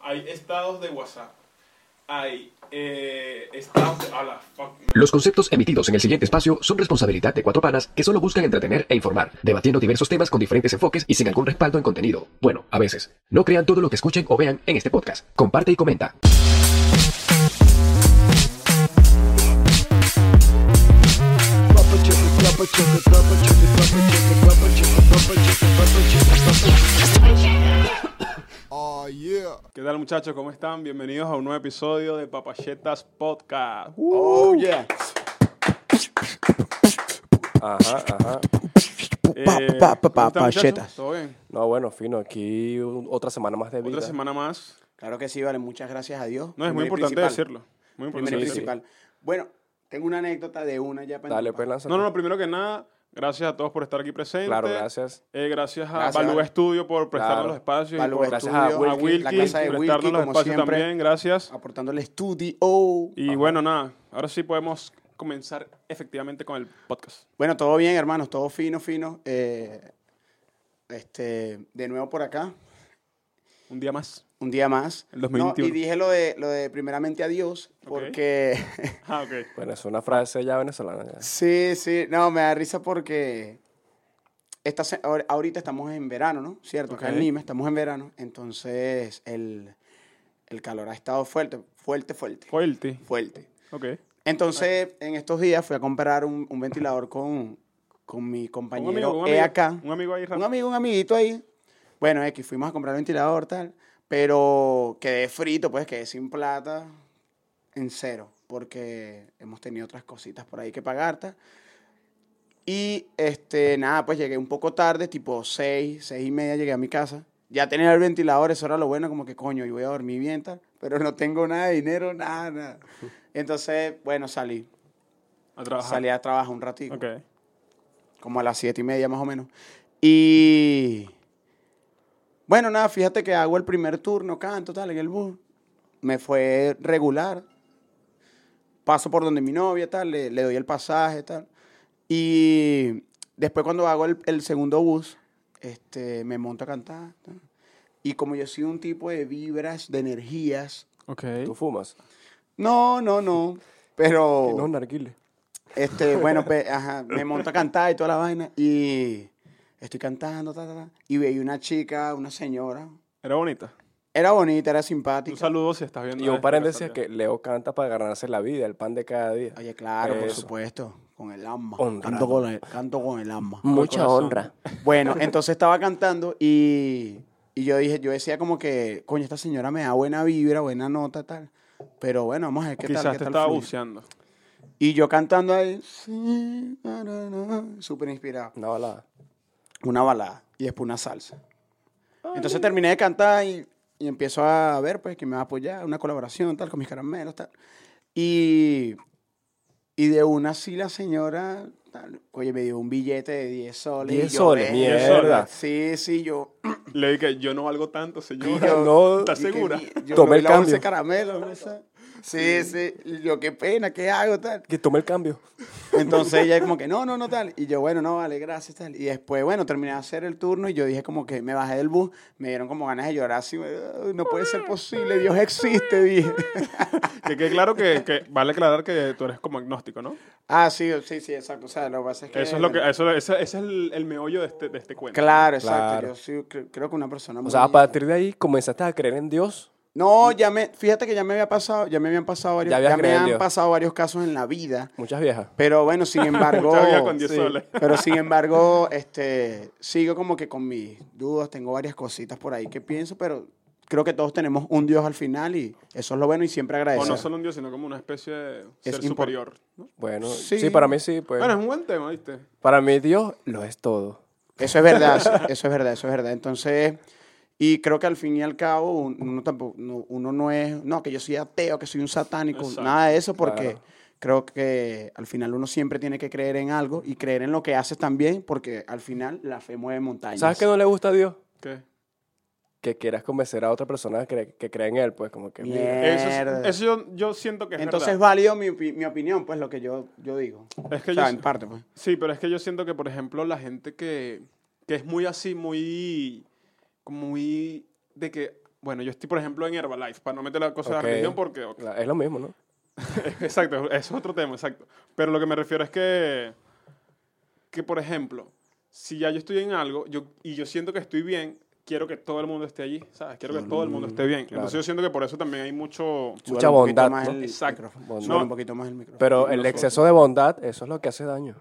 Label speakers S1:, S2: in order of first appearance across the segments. S1: hay estados de WhatsApp. Hay eh, estados de... ala, fuck, me-
S2: Los conceptos emitidos en el siguiente espacio son responsabilidad de cuatro panas que solo buscan entretener e informar, debatiendo diversos temas con diferentes enfoques y sin algún respaldo en contenido. Bueno, a veces. No crean todo lo que escuchen o vean en este podcast. Comparte y comenta.
S3: Oh yeah.
S1: ¿Qué tal muchachos? ¿Cómo están? Bienvenidos a un nuevo episodio de Papachetas Podcast.
S3: Oh yeah.
S4: Ajá, ajá.
S1: Eh,
S3: Pa- pa- pa-
S1: ¿cómo están,
S3: papachetas.
S1: muchachos? ¿Todo bien?
S4: No, bueno, fino, aquí un- otra semana más de vida.
S1: Otra semana más.
S3: Claro que sí, vale. Muchas gracias a Dios.
S1: No, es muy
S3: Primero y
S1: importante
S3: principal.
S1: decirlo. Muy importante
S3: Primero y
S4: Sí, sí.
S1: decirlo.
S3: principal. Bueno, tengo una anécdota de una ya para
S4: Dale, pues, lánzate.
S1: No, no, no, primero que nada, gracias a todos por estar aquí presentes.
S4: Claro, gracias.
S1: Eh, gracias a
S3: Gracias,
S1: Balú
S3: vale.
S1: Estudio por prestarnos
S4: Claro.
S1: los espacios. y
S3: Balú
S1: por-
S4: Gracias
S3: Estudio,
S4: a
S1: a
S4: Wilkie,
S1: Wilkie,
S3: la casa de
S1: por
S3: Wilkie,
S1: prestarnos los
S3: como
S1: espacios
S3: siempre,
S1: también, gracias.
S3: aportando el estudio.
S1: Y bueno, nada, ahora sí podemos comenzar efectivamente con el podcast.
S3: Bueno, todo bien, hermanos, todo fino, fino. Eh, este, de nuevo por acá,
S1: Un día más.
S3: un día más.
S1: El
S3: No,
S1: 2021.
S3: y dije lo de, lo de primeramente adiós, porque
S1: Ah, ok.
S4: Bueno, es una frase ya venezolana. ya.
S3: Sí, sí, no, me da risa porque esta, se- ahor- ahorita estamos en verano, ¿no? ¿Cierto? Acá en
S1: Ok.
S3: Lima estamos en verano, entonces el, el calor ha estado fuerte, fuerte, fuerte,
S1: Fuerte.
S3: fuerte.
S1: Ok.
S3: Entonces, en estos días fui a comprar un, un ventilador con, con mi
S1: Un
S3: compañero E
S1: amigo, un
S3: he
S1: amigo.
S3: acá.
S1: Un amigo ahí, Rafa.
S3: Un amigo, un amiguito ahí. Bueno, X, fuimos a comprar un ventilador, tal. Pero quedé frito, pues quedé sin plata, en cero, porque hemos tenido otras cositas por ahí que pagar, tal. Y este, nada, pues llegué un poco tarde, tipo seis, seis y media llegué a mi casa. Ya tenía el ventilador, eso era lo bueno, como que coño, yo voy a dormir bien, tal. Pero no tengo nada de dinero, nada, nada. Entonces, bueno, salí.
S1: A trabajar.
S3: Salí a trabajar un ratito
S1: Ok.
S3: como a las siete y media más o menos. Y bueno, nada, fíjate que hago el primer turno, canto, tal, en el bus. Me fue regular. Paso por donde mi novia, tal, le, le doy el pasaje, tal. Y después cuando hago el, el segundo bus, este, me monto a cantar. tal. Y como yo soy un tipo de vibras, de energías.
S1: Ok.
S4: ¿Tú fumas?
S3: No, no, no. Pero...
S4: No, narguile.
S3: Este, bueno, pues, ajá, me monto a cantar y toda la vaina. Y estoy cantando, ta, ta, ta, y veí una chica, una señora.
S1: Era bonita.
S3: Era bonita, era
S1: Un
S3: simpática.
S1: saludo si estás viendo.
S4: Y un
S1: esto,
S4: paréntesis
S1: Rosalía.
S4: que Leo canta para ganarse la vida, el pan de cada día.
S3: Oye, claro, por
S4: Eso.
S3: supuesto, con el alma.
S4: Honrado. Mm.
S3: Canto con el, canto con el alma.
S4: Mucha
S1: corazón.
S4: honra.
S3: Bueno, entonces estaba cantando y, y yo dije, yo decía como que, coño, esta señora me da buena vibra, buena nota, tal. Pero bueno, vamos a ver qué
S1: Quizás
S3: tal. qué
S1: te
S3: tal
S1: estaba
S3: fluye.
S1: buceando.
S3: Y yo cantando ahí, sí, na, na, na, súper inspirado.
S4: Una balada.
S3: una balada y después una salsa. Entonces terminé de cantar y, y empiezo a ver pues que me va a apoyar, una colaboración tal con mis caramelos tal. Y, y de una sí la señora, tal, oye, me dio un billete de 10 soles. y
S4: 10
S3: yo,
S4: soles,
S3: "Verga".
S4: mierda.
S3: Sí, sí, yo.
S1: Le dije, yo no valgo tanto,
S3: y
S1: señor.
S3: yo-
S4: no,
S1: ¿Estás
S3: y que
S1: segura?
S3: mi- Yo
S4: Tomé
S3: me
S4: el
S3: la bolsa de
S4: cambio.
S3: caramelo, no sé. Sí, sí, y yo qué pena, qué hago tal.
S4: Que tome el cambio.
S3: Entonces ella como que, no, no, no, tal. Y yo, bueno, no, vale, gracias, tal. Y después, bueno, terminé de hacer el turno y yo dije como que me bajé del bus, me dieron como ganas de llorar así, "Ay, no puede ser posible, Dios existe, dije.
S1: Que quede claro que, que vale aclarar que tú eres como agnóstico, ¿no?
S3: ah, sí, sí, sí, exacto. O sea, lo que pasa es que...
S1: Eso es lo que, eso, ese, ese es el, el meollo de este, de este cuento.
S3: Eh, Claro, exacto.
S4: Claro.
S3: Yo sí cre- creo que una persona...
S4: O
S3: muy-
S4: sea, a partir de ahí comenzaste a creer en Dios.
S3: No, ya me... Fíjate que ya me había pasado, ya me habían pasado varios,
S4: Ya habías
S3: ya me
S4: creído en
S3: han
S4: Dios.
S3: pasado varios casos en la vida.
S4: Muchas viejas.
S3: Pero bueno, sin embargo.
S1: Todavía con 10
S3: sí,
S1: soles.
S3: Pero sin embargo, este, sigo como que con mis dudas, tengo varias cositas por ahí que pienso, pero creo que todos tenemos un Dios al final y eso es lo bueno y siempre
S1: O
S3: agradecer.
S1: no solo un dios, sino como una especie de
S3: Es
S1: ser
S3: impor-
S1: superior. ¿no?
S4: Bueno,
S3: Sí.
S4: sí, para mí sí. Pues.
S1: Bueno, es un buen tema, ¿viste?
S4: para mí Dios lo es todo.
S3: Eso es verdad, eso- eso es verdad, eso es verdad. Entonces, y creo que al fin y al cabo un- uno tampoco, no- uno no es, no, que yo soy ateo, que soy un satánico,
S1: Exacto,
S3: nada de eso, porque
S4: claro.
S3: creo que al final uno siempre tiene que creer en algo y creer en lo que haces también, porque al final la fe mueve montañas.
S4: ¿Sabes qué no le gusta a Dios?
S1: ¿Qué?
S4: Que quieras convencer a otra persona que cre- que crea en Él, pues como que... mira,
S1: Eso, es-
S3: Mierda.
S1: eso yo, yo siento que es
S3: Entonces es
S1: verdad.
S3: válido mi, opi- mi opinión, pues lo que yo, yo digo.
S1: Es que
S3: o sea,
S1: yo-
S3: en parte, pues.
S1: Sí, pero es que yo siento que, por ejemplo, la gente que, que es muy así, muy... como muy... de que Bueno, yo estoy, por ejemplo, en Herbalife, para no meter la cosa
S4: Ok.
S1: de la religión, porque. ok,
S4: La- Es lo mismo, ¿no?
S1: exacto, es otro tema, exacto. Pero lo que me refiero es que. Que, por ejemplo, si ya yo estoy en algo yo, y yo siento que estoy bien, quiero que todo el mundo esté allí, ¿sabes? Quiero que todo el mundo esté bien.
S4: claro.
S1: Entonces yo siento que por eso también hay mucho.
S4: Mucha
S3: Súbele un poquito
S4: bondad,
S3: más
S4: ¿no?
S3: el
S1: Exacto.
S3: micrófono.
S4: Bondad.
S3: Súbele
S1: No.
S3: un poquito más el micrófono.
S4: Pero el
S1: Nosotros.
S4: exceso de bondad, eso es lo que hace daño.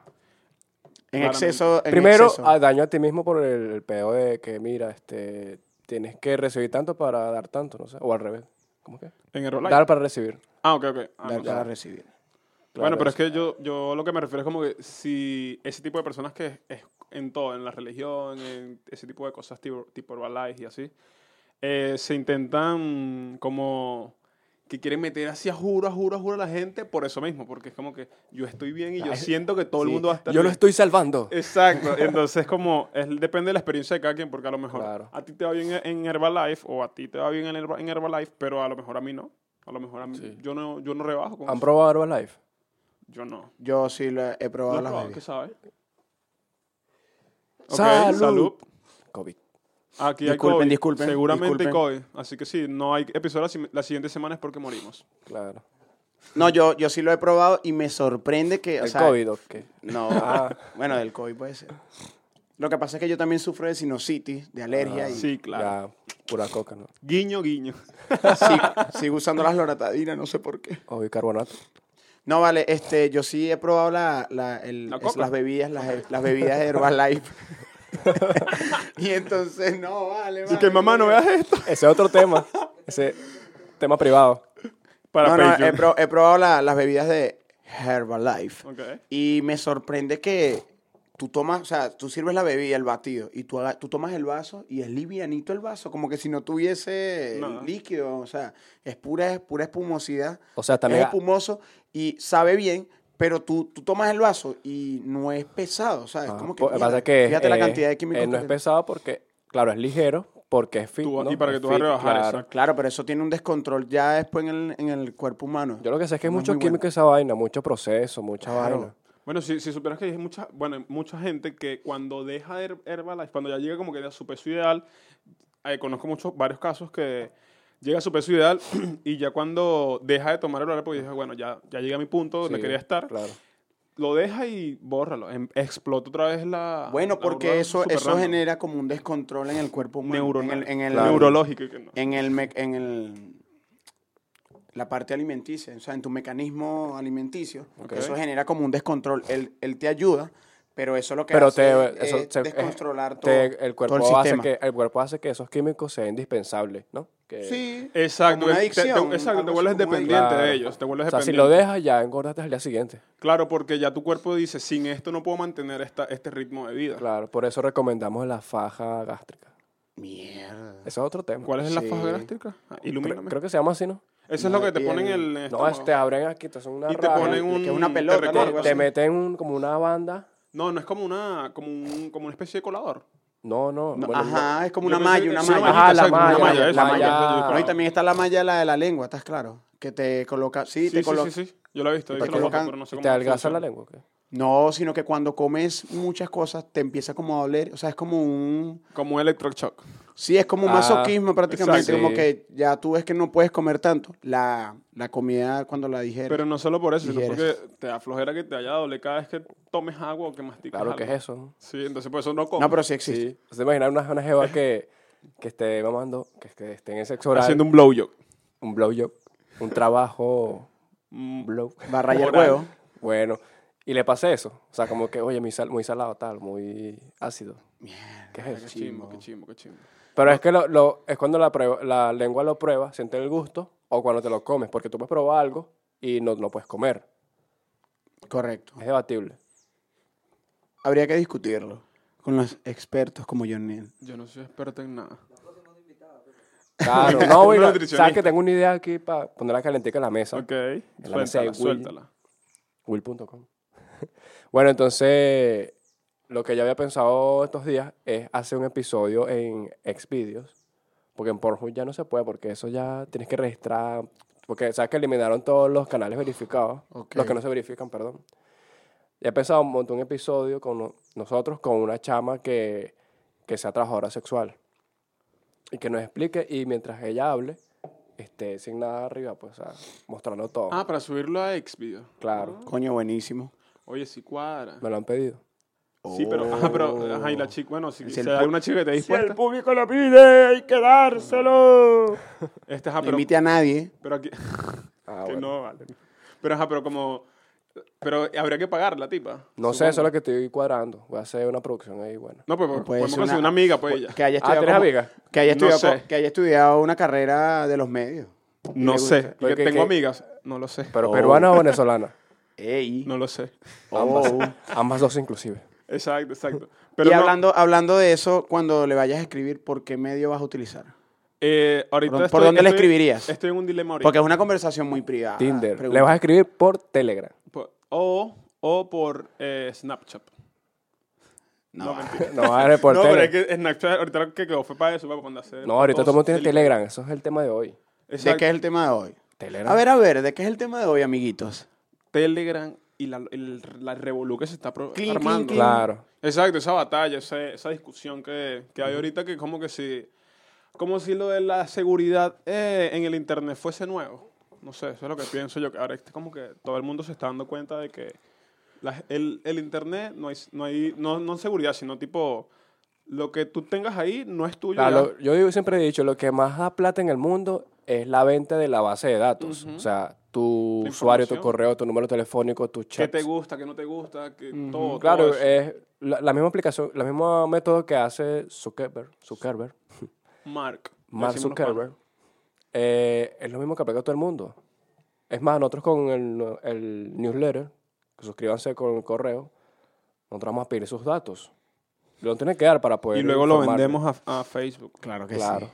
S3: en
S1: claramente.
S3: exceso. en
S4: Primero,
S3: exceso.
S4: a- daño a ti mismo por el, el peo de que, mira, este, tienes que recibir tanto para dar tanto, no sé, o al revés. ¿Cómo que?
S1: En Herbalife.
S4: Dar para recibir.
S1: Ah, ok, ok. Ah,
S3: dar
S1: no,
S3: para recibir.
S1: bueno,
S4: Claro,
S1: pero es que yo, yo lo que me refiero es como que si ese tipo de personas que es, es en todo, en la religión, en ese tipo de cosas tipo, tipo Herbalife y así, eh, se intentan como que quieren meter así a juro, a juro, a juro a la gente por eso mismo, porque es como que yo estoy bien y yo siento que todo el
S4: Sí.
S1: mundo va a estar
S4: Yo lo
S1: bien. Eh,
S4: estoy salvando.
S1: Exacto, entonces como es, depende de la experiencia de cada quien, porque a lo mejor
S4: Claro.
S1: a ti te va bien en Herbalife o a ti te va bien en, Herba- en Herbalife, pero a lo mejor a mí no. A lo mejor a mí,
S4: Sí.
S1: yo, no, yo no rebajo con
S4: ¿Han
S1: eso.
S4: probado Herbalife?
S1: Yo no.
S3: Yo sí lo he- he probado las
S1: ¿Qué
S3: bebidas.
S1: sabe? Ok,
S4: Salud.
S1: salud.
S4: COVID.
S1: Aquí hay
S3: Disculpen,
S1: COVID.
S3: disculpen,
S1: Seguramente hay
S3: disculpen.
S1: COVID. Así que sí, no hay episodio la si- la siguiente semana es porque morimos.
S4: Claro.
S3: No, yo, yo sí lo he probado y me sorprende que. O
S4: ¿El
S3: sea,
S4: COVID o qué?
S3: No.
S4: Ah.
S3: Bueno, del COVID puede ser. Lo que pasa es que yo también sufro de sinusitis, de alergia. y
S1: Ah. Sí, claro.
S4: Ya, pura coca, ¿no?
S1: Guiño, guiño.
S3: sig- sigo usando las loratadinas, no sé por qué.
S4: O bicarbonato.
S3: No, vale, este, yo sí he probado la, la- el-
S1: ¿La
S3: es-
S1: coca?
S3: las bebidas, las, las bebidas de Herbalife. y entonces, no, vale,
S1: Así
S3: vale.
S1: que mamá, no veas esto.
S4: Ese es otro tema. Ese tema privado.
S1: Para
S3: No, no, he,
S1: Patreon.
S3: pro- he probado la- las bebidas de Herbalife.
S1: Ok.
S3: Y me sorprende que tú tomas, o sea, tú sirves la bebida, el batido, y tú, haga- tú tomas el vaso y es livianito el vaso, como que si no tuviese
S1: No.
S3: líquido, o sea, es pura, es pura espumosidad.
S4: O sea, también-
S3: Es espumoso y sabe bien, pero tú, tú tomas el vaso y no es pesado, o sea, es
S4: Ah,
S3: como que...
S4: po- lo que
S3: mira,
S4: pasa es que,
S3: fíjate la
S4: eh,
S3: cantidad de químicos
S4: eh, no
S3: que
S4: es
S3: tiene.
S4: pesado porque, claro, es ligero, porque es fit,
S1: Tú-
S4: ¿no?
S1: y para que
S4: Es
S1: tú vas a
S4: fit,
S1: rebajar,
S4: claro.
S1: exacto.
S3: Claro, pero eso tiene un descontrol ya después en el, en el cuerpo humano.
S4: Yo lo que sé es que hay
S3: No es
S4: mucho
S3: muy bueno.
S4: químico esa vaina, mucho proceso, mucha
S3: Claro.
S4: vaina.
S1: Bueno, si, si supieras que hay mucha, bueno, mucha gente que cuando deja Her- Herbalife, cuando ya llega como que a su peso ideal, eh, conozco muchos, varios casos que llega a su peso ideal y ya cuando deja de tomar Herbalife, porque dice, bueno, ya, ya llegué a mi punto donde
S4: Sí,
S1: quería estar,
S4: Claro.
S1: lo deja y bórralo. Em- explota otra vez la...
S3: Bueno,
S1: Ah, la
S3: porque
S1: burbuja
S3: eso,
S1: super
S3: eso
S1: random.
S3: genera como un descontrol en el cuerpo humano.
S1: Neuronal.
S3: En el, en el-
S4: Claro.
S1: Neurológico. y que no.
S3: en el, mec- en el la parte alimenticia, o sea, en tu mecanismo alimenticio, eso genera como un descontrol. Él, él te ayuda, pero eso lo que
S4: Pero
S3: hace es
S4: te, eso se- eh,
S3: descontrolar todo,
S4: te- el
S3: todo
S4: cuerpo
S3: el
S4: hace
S3: sistema.
S4: que El cuerpo hace que esos químicos sean indispensables, ¿no? Que,
S3: sí,
S1: Exacto,
S3: como una
S1: que te- te-
S3: adicción,
S1: exacto,
S3: algo
S1: te
S3: así
S1: vuelves
S3: como una adicción.
S1: dependiente
S4: Claro.
S1: de ellos, te vuelves
S4: O sea, si
S1: dependiente.
S4: lo dejas ya engordaste al día siguiente.
S1: Claro, porque ya tu cuerpo dice, sin esto no puedo mantener esta, este ritmo de vida.
S4: Claro, por eso recomendamos la faja gástrica.
S3: Mierda.
S4: Ese es otro tema.
S1: ¿Cuál es la
S3: Sí.
S1: faja gástrica? Ah,
S4: Creo,
S1: ilumíname.
S4: creo que se llama así, ¿no?
S1: Eso es lo que te
S3: Nadie-
S1: ponen el
S4: No,
S1: estómago.
S4: este, abren aquí, te hacen una
S1: y te
S4: raja,
S1: ponen
S3: que
S1: un
S3: es una pelota,
S1: te
S3: ¿no?
S1: recortan.
S3: Algo
S4: te
S3: así.
S4: meten un- como una banda.
S1: No, no es como una como un, como una especie de colador.
S4: No, no.
S3: No,
S4: bueno,
S3: ajá, es como
S1: Yo
S3: una
S1: pensé
S3: malla,
S1: que-
S3: una
S1: sí,
S3: malla.
S4: malla,
S1: exacto,
S4: la
S1: una
S4: malla,
S1: malla,
S4: la
S1: esa,
S4: malla.
S1: yo- yo- yo-
S3: No, y también está la malla la de la lengua, ¿estás claro? Que te coloca, sí,
S1: Sí, sí,
S3: te coloca.
S1: sí, sí. Yo lo he visto, he
S3: te
S1: visto la foto,
S3: colocan-
S1: pero no sé
S4: ¿Y
S1: cómo
S4: te adelgaza
S1: funciona.
S4: la lengua? o qué?
S3: No, sino que cuando comes muchas cosas te empieza como a doler, o sea, es como un
S1: Como un electrochock.
S3: Sí, es como
S4: Ah,
S3: masoquismo prácticamente,
S4: exacto.
S3: como
S4: Sí.
S3: que ya tú ves que no puedes comer tanto. La, la comida cuando la dijeras.
S1: Pero no solo por eso, sino porque
S3: Digieres.
S1: te aflojera que te haya doble cada vez que tomes agua o que masticas
S4: Claro que es
S1: algo.
S4: eso. ¿no?
S1: Sí, entonces por eso no comes.
S3: no, pero sí existe.
S4: Sí. ¿Se imaginan una, una jeva que, que esté mamando, que, que esté en sexo oral,
S1: Haciendo un blowjob.
S4: un blowjob, un trabajo,
S1: Mm,
S4: un blow,
S3: Va a rayar
S1: Oral.
S3: huevo.
S4: bueno, y le pasa eso? O sea, como que, oye, muy, sal- muy salado tal, muy ácido. ¿Qué es
S1: Qué
S4: eso?
S1: chimbo, qué chimbo, qué chimbo.
S4: Pero es que lo, lo- es cuando la, prueba- la lengua lo prueba, siente el gusto, o cuando te lo comes, porque tú puedes probar algo y no lo puedes comer.
S3: Correcto.
S4: Es debatible.
S3: Habría que discutirlo con los expertos como John Neal.
S1: Yo no soy experto en nada.
S4: Claro,
S1: Un
S4: no, güey, la-
S1: nutricionista.
S4: sabes que tengo una idea aquí para ponerla calentica en la mesa.
S1: Ok,
S4: la mesa de
S1: suéltala,
S4: Will.
S1: suéltala.
S4: Will.com. bueno, entonces, lo que yo había pensado estos días es hacer un episodio en Xvideos, porque en Pornhub ya no se puede, porque eso ya tienes que registrar, porque sabes que eliminaron todos los canales verificados,
S3: Ok.
S4: los que no se verifican, perdón. Ya he pensado montar un episodio con no- nosotros, con una chama que, que sea trabajadora sexual. y que nos explique y mientras ella hable, esté sin nada arriba, pues, o sea, mostrando todo.
S1: Ah, para subirlo a Xvideo.
S4: Claro.
S3: Coño, buenísimo.
S1: Oye, sí cuadra.
S4: Me lo han pedido.
S1: Sí, pero, ajá, pero, ajá,
S4: Oh.
S3: Oh.
S1: y la chica, bueno, si,
S3: Si el
S1: si hay
S3: pu-
S1: una chica que te dispuesta,
S3: público lo pide, hay que dárselo.
S1: este, ajá,
S3: No
S1: pero,
S3: invite a nadie.
S1: pero aquí,
S4: Ah,
S1: que
S4: bueno.
S1: no vale. Pero, ajá, pero como, pero habría que pagar la tipa.
S4: No sé, eso es lo que estoy cuadrando. Voy a hacer una producción ahí, bueno.
S1: No, pues,
S3: puede
S1: podemos
S3: ser
S1: conseguir una
S3: una-
S1: amiga, pues, ella.
S3: Que haya
S4: Ah,
S3: estudiado,
S4: ¿tenés
S3: como-
S4: amigas?
S3: que haya
S1: No
S3: estudiado,
S1: sé.
S3: co- que haya estudiado una carrera de los medios.
S1: No
S3: le gusta.
S1: sé,
S4: Pero
S1: que
S4: que-
S1: tengo
S4: que-
S1: amigas, no lo sé,
S4: ¿Pero
S3: Oh.
S4: peruana o venezolana?
S3: Ey.
S1: no lo sé.
S4: Ambas.
S3: Oh.
S4: Ambas dos inclusive.
S1: Exacto, exacto. Pero
S3: y
S1: no,
S3: hablando, hablando de eso, cuando le vayas a escribir, ¿por qué medio vas a utilizar?
S1: eh, ahorita
S3: ¿Por- por
S1: estoy-
S3: dónde le
S1: estoy-
S3: escribirías?
S1: Estoy en un dilema ahorita.
S3: Porque es una conversación muy
S1: Ah,
S3: privada.
S4: Tinder.
S3: Pregunta.
S4: Le vas a escribir por Telegram.
S1: Por- o, o por eh, Snapchat.
S3: No,
S1: No,
S3: va.
S1: mentira.
S4: No, vas a escribir por
S1: no, pero
S4: Telegram.
S1: es que Snapchat ahorita lo que quedó fue para eso, para cuando hacer...
S4: No, ahorita todo el mundo tiene
S1: Exacto.
S4: Telegram. Eso es el tema de hoy.
S3: ¿De qué es el tema de hoy?
S4: Telegram.
S3: A ver, a ver, ¿de qué es el tema de hoy, amiguitos?
S1: Telegram y la, el- la revolú que se está pro-
S3: Clink,
S1: armando.
S3: clink, clink.
S4: Claro.
S1: Exacto, esa batalla, esa, esa discusión que, que hay ahorita que como que si... Como si lo de la seguridad eh, en el Internet fuese nuevo. No sé, eso es lo que pienso yo. que Ahora es como que todo el mundo se está dando cuenta de que la- el, el Internet no hay, no hay no, no seguridad, sino tipo... Lo que tú tengas ahí no es tuyo.
S4: Claro,
S1: ya.
S4: lo- yo digo- siempre he dicho, lo que más da plata en el mundo es la venta de la base de datos. O sea, tu
S1: La
S4: usuario, tu
S1: información.
S4: correo, tu número telefónico, tu
S1: ¿Qué
S4: chat.
S1: te gusta, qué no te gusta? Que todo,
S4: Claro, eh,
S1: todo eso.
S4: es la, la misma aplicación, la misma método que hace Zuckerberg. Zuckerberg.
S1: Mark. le
S4: Mark
S1: decimos los
S4: Zuckerberg. eh, es lo mismo que aplica a todo el mundo. Es más, nosotros con el, el newsletter, que suscríbanse con el correo, nosotros vamos a pedir sus datos. Lo tienen que dar para
S1: panas.
S4: poder.
S1: Y luego lo
S4: informarte.
S1: vendemos a, a Facebook.
S3: Claro que
S4: Claro.
S3: sí.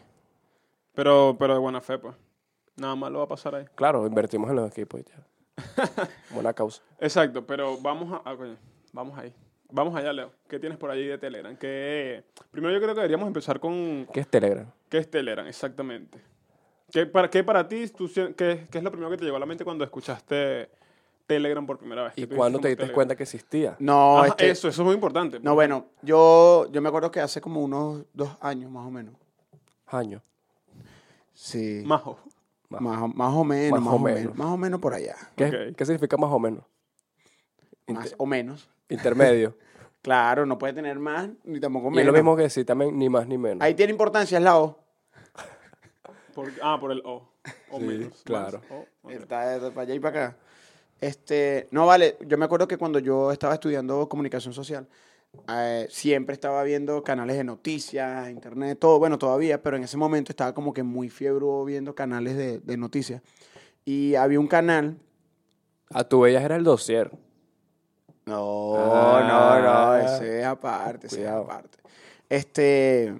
S1: Pero, pero de buena fe, pues. Nada más lo va a pasar ahí.
S4: Claro, invertimos en los equipos y ya. Buena causa.
S1: Exacto, pero vamos a. ah, coño, vamos ahí. Vamos allá, Leo. ¿Qué tienes por ahí de Telegram? Que primero yo creo que deberíamos empezar con
S4: ¿Qué es Telegram?
S1: qué es Telegram, exactamente. ¿Qué para, qué para ti, tú sien- qué, qué es lo primero que te llegó a la mente cuando escuchaste Telegram por primera vez?
S4: ¿Y
S1: ¿Qué tú
S4: cuándo te
S1: dices como
S4: diste
S1: Telegram?
S4: cuenta que existía?
S3: No,
S1: Ajá,
S3: es que-
S1: Eso, eso es muy importante.
S3: No, bueno, yo, yo me acuerdo que hace como unos dos años más o menos.
S4: Año.
S3: Sí.
S1: Majo.
S3: Más, o- más o menos, más, o menos. Más o menos por allá.
S4: ¿Qué,
S1: Ok.
S4: qué significa más o menos?
S3: Más o menos.
S4: Intermedio.
S3: Claro, no puede tener más ni tampoco
S4: y es
S3: menos.
S4: lo mismo que decir también ni más ni menos.
S3: Ahí tiene importancia, es la O.
S1: Por- ah, por el O. O
S4: Sí,
S1: menos. más,
S4: claro.
S1: o, ok.
S3: Está de- para allá y para acá. Este, no vale, yo me acuerdo que cuando yo estaba estudiando comunicación social, eh, siempre estaba viendo canales de noticias, internet, todo, bueno, todavía, pero en ese momento estaba como que muy fiebre viendo canales de, de noticias. Y había un canal.
S4: A tu ellas era el dossier.
S3: No,
S4: Ah.
S3: no, no, ese es aparte, ese es
S4: Cuidado.
S3: aparte. Este,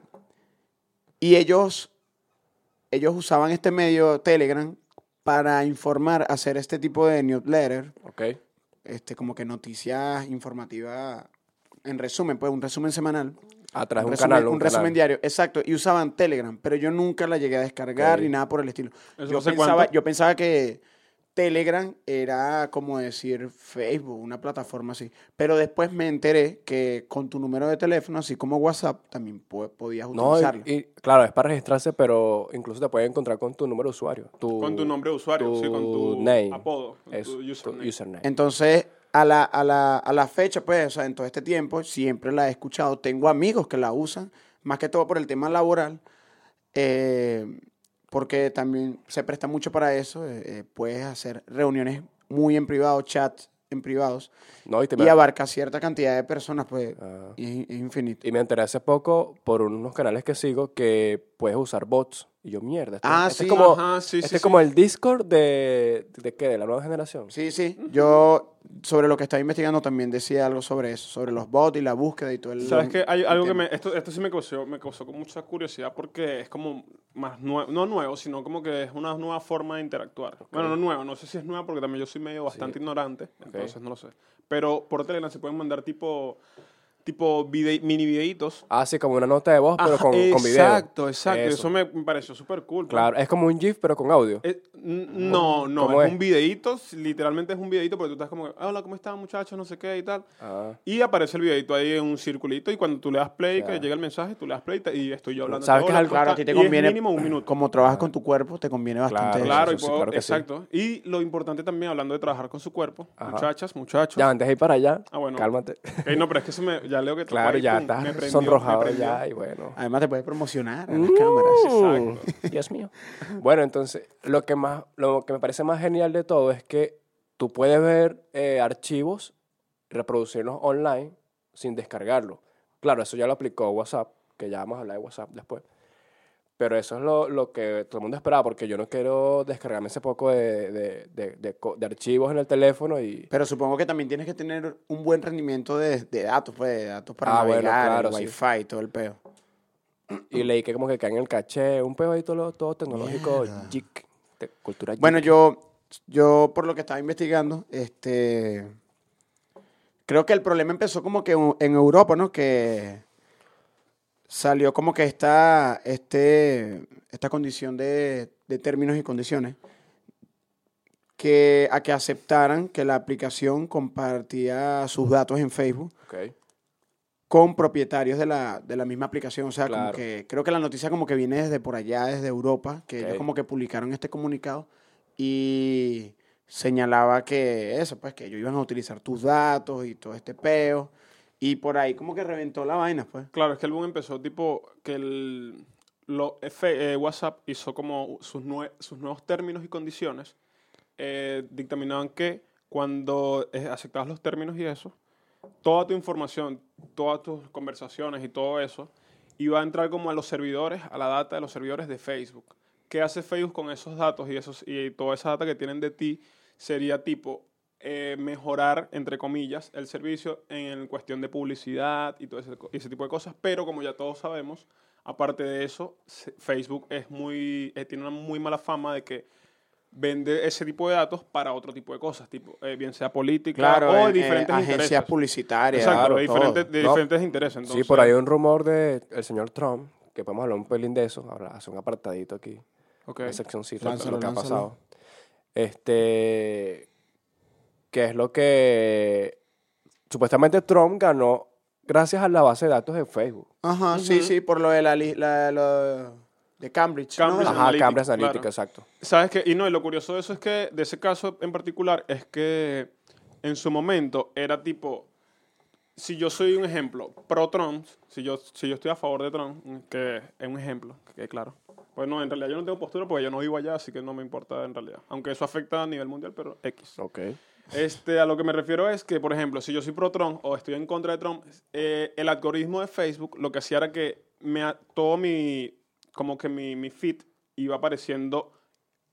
S3: y ellos, ellos usaban este medio Telegram para informar, hacer este tipo de newsletter.
S4: ¿Ok?
S3: este, como que noticias informativas, en resumen, pues un resumen semanal.
S4: Atrás de un
S3: resumen-
S4: canal. Un,
S3: resumen
S4: canal.
S3: diario, exacto. Y usaban Telegram, pero yo nunca la llegué a descargar
S4: Ok.
S3: ni nada por el estilo.
S1: ¿Eso
S3: Yo
S1: hace
S3: pensaba,
S1: cuánto?
S3: yo pensaba que Telegram era como decir Facebook, una plataforma así. Pero después me enteré que con tu número de teléfono, así como WhatsApp, también po- podías
S4: No, y-
S3: utilizarlo.
S4: y, claro, es para registrarse, pero incluso te pueden encontrar con tu número de usuario.
S1: Con tu nombre de usuario, sí, con tu apodo, con
S4: Eso,
S1: tu
S4: tu
S1: username.
S4: username.
S3: Entonces, a la, a, la, a la fecha, pues, o sea, en todo este tiempo, siempre la he escuchado. Tengo amigos que la usan, más que todo por el tema laboral, eh, porque también se presta mucho para eso. eh, eh, puedes hacer reuniones muy en privado, chats en privados,
S4: no, y, te
S3: y abarca cierta cantidad de personas, pues,
S4: Ah.
S3: y es, es infinito.
S4: y me enteré hace poco por unos canales que sigo que puedes usar bots. Y yo, mierda. Este,
S3: Ah, sí,
S4: este Es como,
S1: ajá, sí,
S4: este
S1: sí,
S4: es
S1: sí.
S4: como el Discord de, de qué, de la nueva generación.
S3: Sí, sí, yo sobre lo que estaba investigando también decía algo sobre eso, sobre los bots y la búsqueda y todo el...
S1: ¿Sabes que Hay
S3: el
S1: algo que
S3: tema.
S1: me... Esto, esto sí me causó, me causó con mucha curiosidad porque es como más nuevo, no nuevo, sino como que es una nueva forma de interactuar. Bueno, no nuevo, no sé si es nueva porque también yo soy medio bastante ignorante, entonces no lo sé. Pero por Telegram se pueden mandar tipo, tipo vide- mini videitos.
S4: Ah, sí, como una nota de voz, pero
S1: Ajá,
S4: con, con video.
S1: Exacto, exacto. Eso,
S4: Eso.
S1: me, me pareció súper cool. pues.
S4: Claro, es como un GIF, pero con audio.
S1: Eh, N- No, no,
S4: ¿Cómo
S1: es,
S4: es?
S1: un videíto, s- literalmente es un videíto porque tú estás como, hola, ¿cómo están muchachos? No sé qué y tal.
S4: Ah.
S1: Y aparece el videíto ahí en un circulito y cuando tú le das play,
S4: Claro.
S1: que llega el mensaje, tú le das play y te- y estoy yo hablando.
S4: Sabes que es
S1: "Hola,
S4: algo-
S1: ¿cómo
S3: Claro, a ti
S1: están?". Y
S3: te
S1: es
S3: conviene.
S1: mínimo un minuto.
S3: Como trabajas con tu cuerpo, te conviene bastante.
S4: Claro,
S3: eso.
S1: Claro, y
S4: sí,
S1: puedo-
S4: claro que sí.
S1: exacto. Y lo importante también, hablando de trabajar con su cuerpo,
S4: Ajá.
S1: muchachas, muchachos.
S4: Ya, antes de ir para allá,
S1: Ah, bueno.
S4: cálmate.
S1: Ok, no, pero es que eso me, ya leo que tocó
S4: Claro,
S1: ahí,
S4: ya
S1: pum, me prendió,
S4: estás
S1: me
S4: sonrojado
S1: prendió.
S4: ya y bueno.
S3: Además, te puedes promocionar a las
S4: Uh.
S3: cámaras.
S4: Mm, Dios mío. Bueno, entonces, lo que, más, lo que me parece más genial de todo es que tú puedes ver eh, archivos, reproducirlos online sin descargarlos. Claro, eso ya lo aplicó WhatsApp, que ya vamos a hablar de WhatsApp después. Pero eso es lo, lo que todo el mundo esperaba, porque yo no quiero descargarme ese poco de, de- de- de co- de archivos en el teléfono y...
S3: Pero supongo que también tienes que tener un buen rendimiento de, de datos, pues, de datos para
S4: Ah, bueno,
S3: navegar, el
S4: claro, sí.
S3: wifi, todo el peo.
S4: Y leí que como que cae en el caché, un pedo ahí todo, todo tecnológico, geek, te- cultura geek.
S3: Bueno, yo, yo por lo que estaba investigando, este, creo que el problema empezó como que en- en Europa, ¿no? Que salió como que esta, este, esta condición de, de términos y condiciones que a que aceptaran que la aplicación compartía sus datos en Facebook
S4: Ok.
S3: con propietarios de la, de la misma aplicación. O sea, como
S4: Claro.
S3: que creo que la noticia como que viene desde por allá, desde Europa, que ellos
S4: Ok.
S3: como que publicaron este comunicado y señalaba que eso, pues que ellos iban a utilizar tus datos y todo este peo. Y por ahí como que reventó la vaina, pues.
S1: Claro, es que el boom empezó tipo que el, lo, F- eh, WhatsApp hizo como sus, nue- sus nuevos términos y condiciones. eh, dictaminaban que cuando eh, aceptabas los términos y eso, toda tu información, todas tus conversaciones y todo eso, iba a entrar como a los servidores, a la data de los servidores de Facebook. ¿Qué hace Facebook con esos datos y, esos, y toda esa data que tienen de ti? Sería tipo eh, mejorar, entre comillas, el servicio en cuestión de publicidad y todo ese, co- ese tipo de cosas. Pero como ya todos sabemos, aparte de eso, se- Facebook es muy, eh, tiene una muy mala fama de que vende ese tipo de datos para otro tipo de cosas, tipo, eh, bien sea política o
S3: en- en
S1: diferentes
S3: agencias
S1: intereses.
S3: publicitarias.
S1: eh, Exacto,
S4: Claro,
S1: de diferentes,
S4: todo.
S1: de
S4: No.
S1: diferentes intereses. Entonces,
S4: sí, por ahí hay un rumor del el señor Trump, que podemos hablar un pelín de eso, ahora hace un apartadito aquí,
S1: Ok.
S4: una seccioncita de
S3: Lánzalo,
S4: lo que ha
S3: lánzalo.
S4: pasado. Este, que es lo que supuestamente Trump ganó gracias a la base de datos de Facebook.
S3: Ajá, sí, sí, por lo de la, li- la- lo de Cambridge. ¿no?
S1: Cambridge.
S4: Ajá,
S1: Analytica,
S4: Cambridge Analytica,
S1: claro.
S4: exacto.
S1: ¿Sabes qué? Y no, y lo curioso de eso es que, de ese caso en particular, es que en su momento era tipo, si yo soy un ejemplo pro-Trump, si yo, si yo estoy a favor de Trump, que es un ejemplo, que quede claro. Pues no, en realidad yo no tengo postura porque yo no vivo allá, así que no me importa en realidad. Aunque eso afecta a nivel mundial, pero X.
S4: Ok.
S1: Este, a lo que me refiero es que, por ejemplo, si yo soy pro Trump o estoy en contra de Trump, eh, el algoritmo de Facebook lo que hacía era que me, a- todo mi, como que mi, mi feed iba apareciendo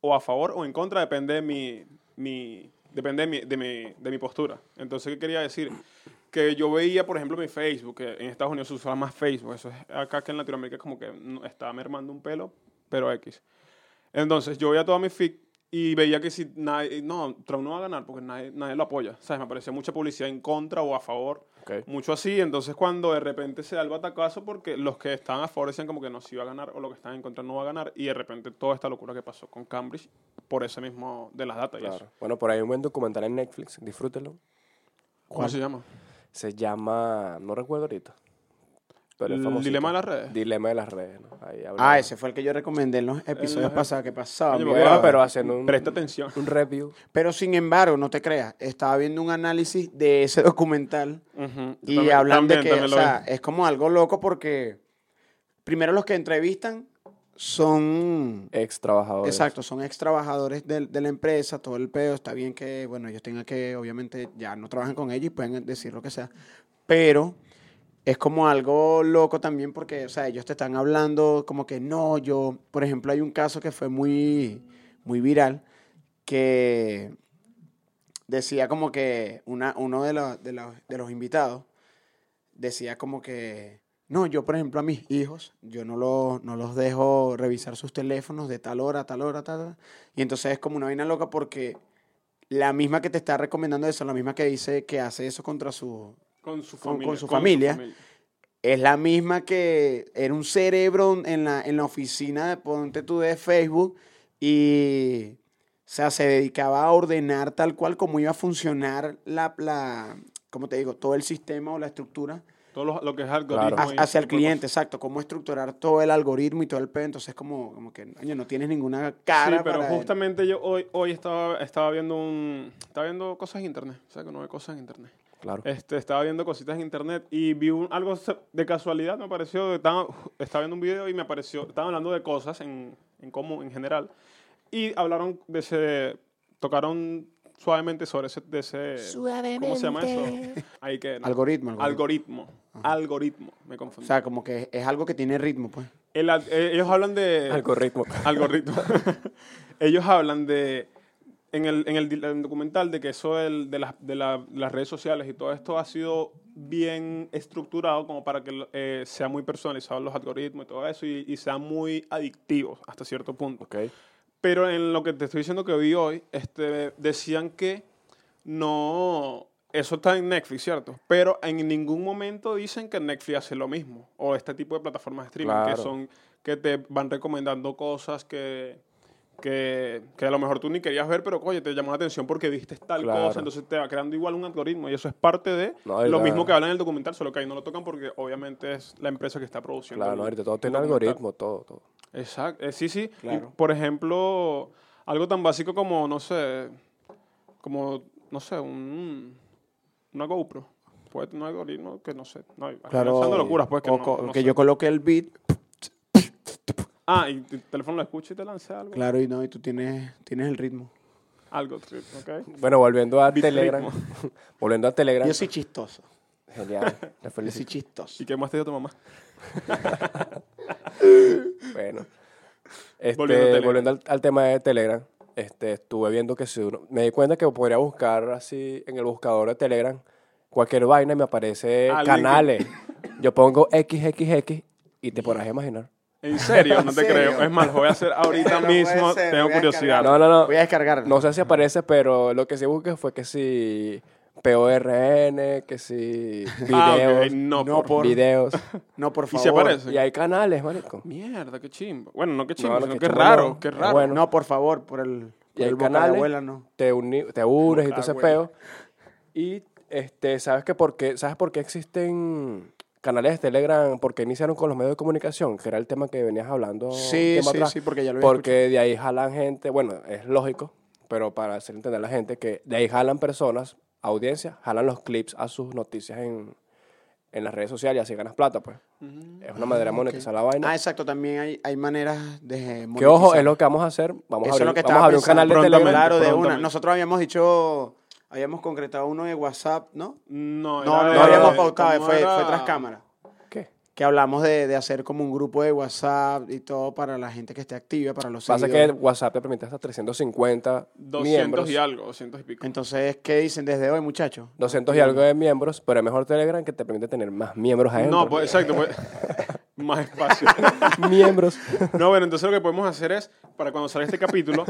S1: o a favor o en contra, depende de mi, mi- depende de mi, de mi, de mi postura. Entonces, ¿qué quería decir? Que yo veía, por ejemplo, mi Facebook, que en Estados Unidos se usa más Facebook, eso es acá que en Latinoamérica como que no- está mermando un pelo, pero X. Entonces yo veía toda mi feed y veía que si nadie, no, Trump no va a ganar porque nadie, nadie lo apoya. ¿Sabes? Me aparecía mucha publicidad en contra o a favor.
S4: Ok.
S1: Mucho así. Entonces cuando de repente se da el batacazo porque los que estaban a favor decían como que no si va a ganar o los que están en contra no va a ganar. Y de repente toda esta locura que pasó con Cambridge por ese mismo de las datas. y eso.
S4: Claro. Bueno, por ahí hay un buen documental en Netflix, disfrútelo.
S1: ¿Cómo se llama?
S4: Se llama, no recuerdo ahorita. Pero es
S1: El
S4: famosito.
S1: dilema de las redes.
S4: Dilema de las redes, ¿no? Ahí hablaba.
S3: Ah, ese fue el que yo recomendé en los episodios
S1: los-
S3: pasados que pasaban.
S1: Oye,
S3: mi
S1: me
S4: Bueno,
S1: acuerdo.
S3: brother.
S4: pero haciendo un,
S1: Presta atención.
S4: un review.
S3: Pero sin embargo, no te creas, estaba viendo un análisis de ese documental
S1: Ujú.
S3: y
S1: También-
S3: hablan
S1: también-
S3: de que,
S1: también
S3: o
S1: lo
S3: sea,
S1: vi.
S3: es como algo loco porque primero los que entrevistan son,
S4: ex trabajadores.
S3: exacto, son ex trabajadores del- de, la empresa, todo el pedo, está bien que, bueno, ellos tengan que, obviamente, ya no trabajan con ellos y pueden decir lo que sea, pero es como algo loco también porque, o sea, ellos te están hablando como que no, yo, por ejemplo, hay un caso que fue muy, muy viral que decía como que una, uno de, los- de, los- de los invitados decía como que, no, yo por ejemplo a mis hijos, yo no, los no los dejo revisar sus teléfonos de tal hora, a tal hora, tal hora. Y entonces es como una vaina loca porque la misma que te está recomendando eso, la misma que dice que hace eso contra su,
S1: Con su
S3: con-
S1: familia.
S3: con su familia. es la misma que era un cerebro en la, en la oficina de Ponte tú de Facebook y O sea, se dedicaba a ordenar tal cual como iba a funcionar la, la como te digo, todo el sistema o la estructura
S1: Todo lo, lo que es algoritmo.
S3: ha-
S1: y
S3: hacia el
S1: tipo de
S3: cliente, exacto. Cómo estructurar todo el algoritmo y todo el pedo. Entonces, como, como que coño, no tienes ninguna
S1: cosas.
S3: cara.
S1: Sí, pero
S3: para-
S1: justamente yo hoy, hoy estaba, estaba viendo un. Estaba viendo cosas en internet. O sea que no hay cosas en internet.
S4: Claro.
S1: Este, estaba viendo cositas en internet y vi un- algo se- de casualidad, me apareció, estaba, estaba viendo un video y me apareció, estaban hablando de cosas en, en cómo, en general, y hablaron de ese, tocaron suavemente sobre ese, de ese, ¿cómo se llama eso? Ahí que,
S3: Algoritmo, algoritmo.
S1: Algoritmo, algoritmo, me
S3: O
S1: confundí.
S3: sea, como que es, es algo que tiene ritmo, pues.
S1: El al- eh, ellos hablan de...
S4: Algoritmo.
S1: algoritmo. Ellos hablan de. En el, en el di- en el documental de que eso del- de, las, de la- las redes sociales y todo esto ha sido bien estructurado como para que eh, sea muy personalizado los algoritmos y todo eso y, y sean muy adictivos hasta cierto punto.
S4: Ok.
S1: Pero en lo que te estoy diciendo que vi hoy, este, decían que no. Eso está en Netflix, ¿cierto? Pero en ningún momento dicen que Netflix hace lo mismo. O este tipo de plataformas de streaming que
S4: Claro.
S1: son. que te van recomendando cosas que. Que, que a lo mejor tú ni querías ver, pero oye, te llamó la atención porque viste tal
S4: Claro.
S1: cosa, entonces te va creando igual un algoritmo y eso es parte de
S4: No, y
S1: lo
S4: la-
S1: mismo que hablan en el documental, solo que ahí no lo tocan porque obviamente es la empresa que está produciendo.
S4: Claro,
S1: el-
S4: no, ahorita todo
S1: el
S4: tiene
S1: documental.
S4: algoritmo, todo, todo.
S1: Exacto, eh, sí, sí. Y,
S3: Claro.
S1: por ejemplo, algo tan básico como, no sé, como, no sé, un, una GoPro. Puede tener un algoritmo que no sé. No, aquí lanzando locuras, pues, que,
S3: o
S1: no-
S3: co-
S1: no
S3: que
S1: sé.
S3: yo coloque el beat,
S1: Ah, y el teléfono lo escucha y te lanza algo.
S3: claro, y no, y tú tienes, tienes el ritmo.
S1: Algo, trip, ¿ok?
S4: Bueno, volviendo a
S1: Bit
S4: Telegram. volviendo a Telegram.
S3: Yo soy chistoso.
S4: Genial. Te
S3: Yo soy
S4: felicito.
S3: chistoso.
S1: ¿Y qué más te dio tu mamá?
S4: Bueno. Este,
S1: Volviendo a
S4: volviendo
S1: Telegram.
S4: al, al tema de Telegram, este, estuve viendo que si uno, me di cuenta que podría buscar así en el buscador de Telegram cualquier vaina y me aparece
S1: Alguien que-
S4: canales. Yo pongo XXX y te podrás imaginar.
S1: En serio, no te
S3: ¿En serio?
S1: creo. Es más, lo voy a hacer ahorita
S3: No puede
S1: mismo.
S3: ser,
S1: Tengo
S3: voy a
S1: curiosidad.
S4: No, no, no.
S3: Voy a descargarlo.
S4: No sé si aparece, pero lo que sí busqué fue que si PORN, que si videos,
S1: Ah, ok, no,
S3: no,
S1: por-
S3: por-
S4: videos.
S3: No, por
S1: si
S3: favor.
S1: aparece?
S4: Y hay canales, marico.
S1: Mierda, qué chimbo. Bueno, no qué chimbo,
S4: no,
S1: sino
S4: qué
S1: qué
S4: chimbo
S1: raro,
S4: no.
S1: qué
S4: Es
S1: raro.
S4: bueno.
S3: No, por favor, por el, por
S4: Y hay
S3: el boca de
S4: canales.
S3: abuela, no.
S4: te, uni- te unes y
S1: Ah,
S4: todo ese
S1: bueno.
S4: peo. Y este, ¿sabes, que por qué, ¿sabes por qué existen canales de Telegram? ¿Por qué iniciaron con los medios de comunicación? Que era el tema que venías hablando.
S3: Sí,
S4: un tiempo
S3: sí,
S4: atrás.
S3: sí, porque ya lo había
S4: Porque de ahí jalan gente, bueno, es lógico, pero para hacer entender a la gente que de ahí jalan personas, audiencias, jalan los clips a sus noticias en, en las redes sociales y así ganas plata, pues. Es una manera de monetizar la vaina.
S3: Mm. Ah, exacto, también hay, hay maneras de
S4: que ojo, es
S3: monetizar.
S4: lo que vamos a hacer. Vamos a
S3: Eso
S4: abrir,
S3: es lo que
S4: vamos a abrir un
S3: estaba
S4: canal de
S1: pensando.
S4: Telegram.
S1: Prontamente,
S3: Claro, de una.
S1: prontamente.
S3: Nosotros habíamos dicho, habíamos concretado uno de WhatsApp, ¿no?
S1: No,
S3: No,
S1: era
S3: no
S1: de-
S3: habíamos
S1: de-
S3: pautado,
S1: ¿cómo
S3: fue,
S1: era?
S3: fue tras cámara.
S4: ¿Qué?
S3: Que hablamos de, de hacer como un grupo de WhatsApp y todo para la gente que esté activa, para los
S4: Pasa que
S3: seguidores.
S4: WhatsApp te permite hasta 350
S1: 200
S4: miembros.
S1: y algo, 200 y pico.
S3: Entonces, ¿qué dicen desde hoy, muchachos?
S4: 200 y algo de miembros, pero es mejor Telegram que te permite tener más miembros adentro.
S1: No, pues exacto, pues, más espacio.
S4: miembros.
S1: No, bueno, entonces lo que podemos hacer es, para cuando salga este capítulo,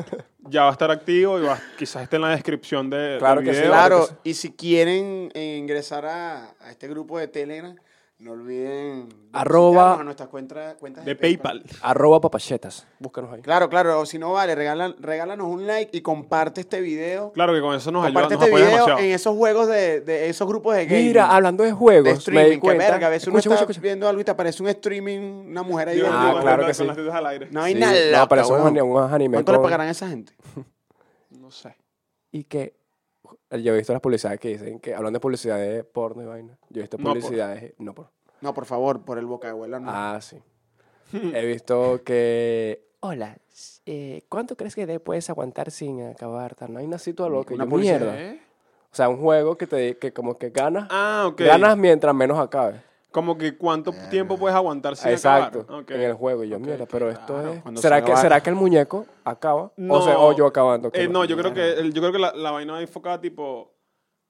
S1: ya va a estar activo y va- quizás esté en la descripción de, del
S4: Claro que sí,
S1: video.
S3: Claro,
S4: que sí.
S3: y si quieren eh, ingresar a, a este grupo de Telegram, no olviden de
S4: Arroba-
S3: visitarnos a nuestras cuentas, cuentas
S1: De PayPal.
S4: Arroba papachetas. Búscanos ahí.
S3: Claro, claro, o si no vale, regalan, regálanos un like y comparte este video.
S1: Claro que con eso nos ayuda,
S3: comparte
S1: nos
S3: este
S1: apoya
S3: video
S1: demasiado.
S3: en esos juegos de, de esos grupos de gaming.
S4: Mira, hablando de
S3: de
S4: juegos, me di
S3: streaming, que
S4: cuenta.
S3: verga, a veces uno
S4: escucha,
S3: está
S4: escucha, escucha.
S3: viendo algo y te aparece un streaming, una mujer ahí
S1: Dios,
S4: Ah,
S1: Dios,
S3: viendo.
S1: con
S4: claro
S1: la-
S4: que
S1: con
S4: sí.
S1: las tetas al aire.
S3: No hay
S4: Sí,
S3: nada.
S4: no, pero eso es
S3: weón.
S4: un- un anime
S3: ¿Cuánto le
S4: con-
S3: pagarán a esa gente?
S1: No sé.
S4: Y que yo he visto las publicidades que dicen que hablando de publicidad de porno y vaina. Yo he visto
S1: No por.
S4: publicidades. No por.
S3: No, por favor, por el boca de abuela no.
S4: Ah, sí. He visto que. Hola, s- eh, ¿cuánto crees que de- puedes aguantar sin acabar? Tal? No hay una situación loca.
S3: Una
S4: Yo,
S3: publicidad,
S4: mierda.
S1: ¿Eh?
S4: O sea, un juego que te que como que ganas,
S1: Ah, ok.
S4: ganas mientras menos acabe.
S1: Como que cuánto tiempo puedes aguantar sin
S4: Exacto.
S1: acabar. Ok.
S4: En el juego. Y yo, mierda, pero esto
S1: claro.
S4: es.
S3: Cuando se
S4: ¿Será que,
S3: acaba-
S4: ¿Será que el muñeco acaba? o, sea, o yo acabando. que
S1: eh,
S4: no.
S1: no, yo creo que, el- yo creo que la, la vaina va enfocada tipo,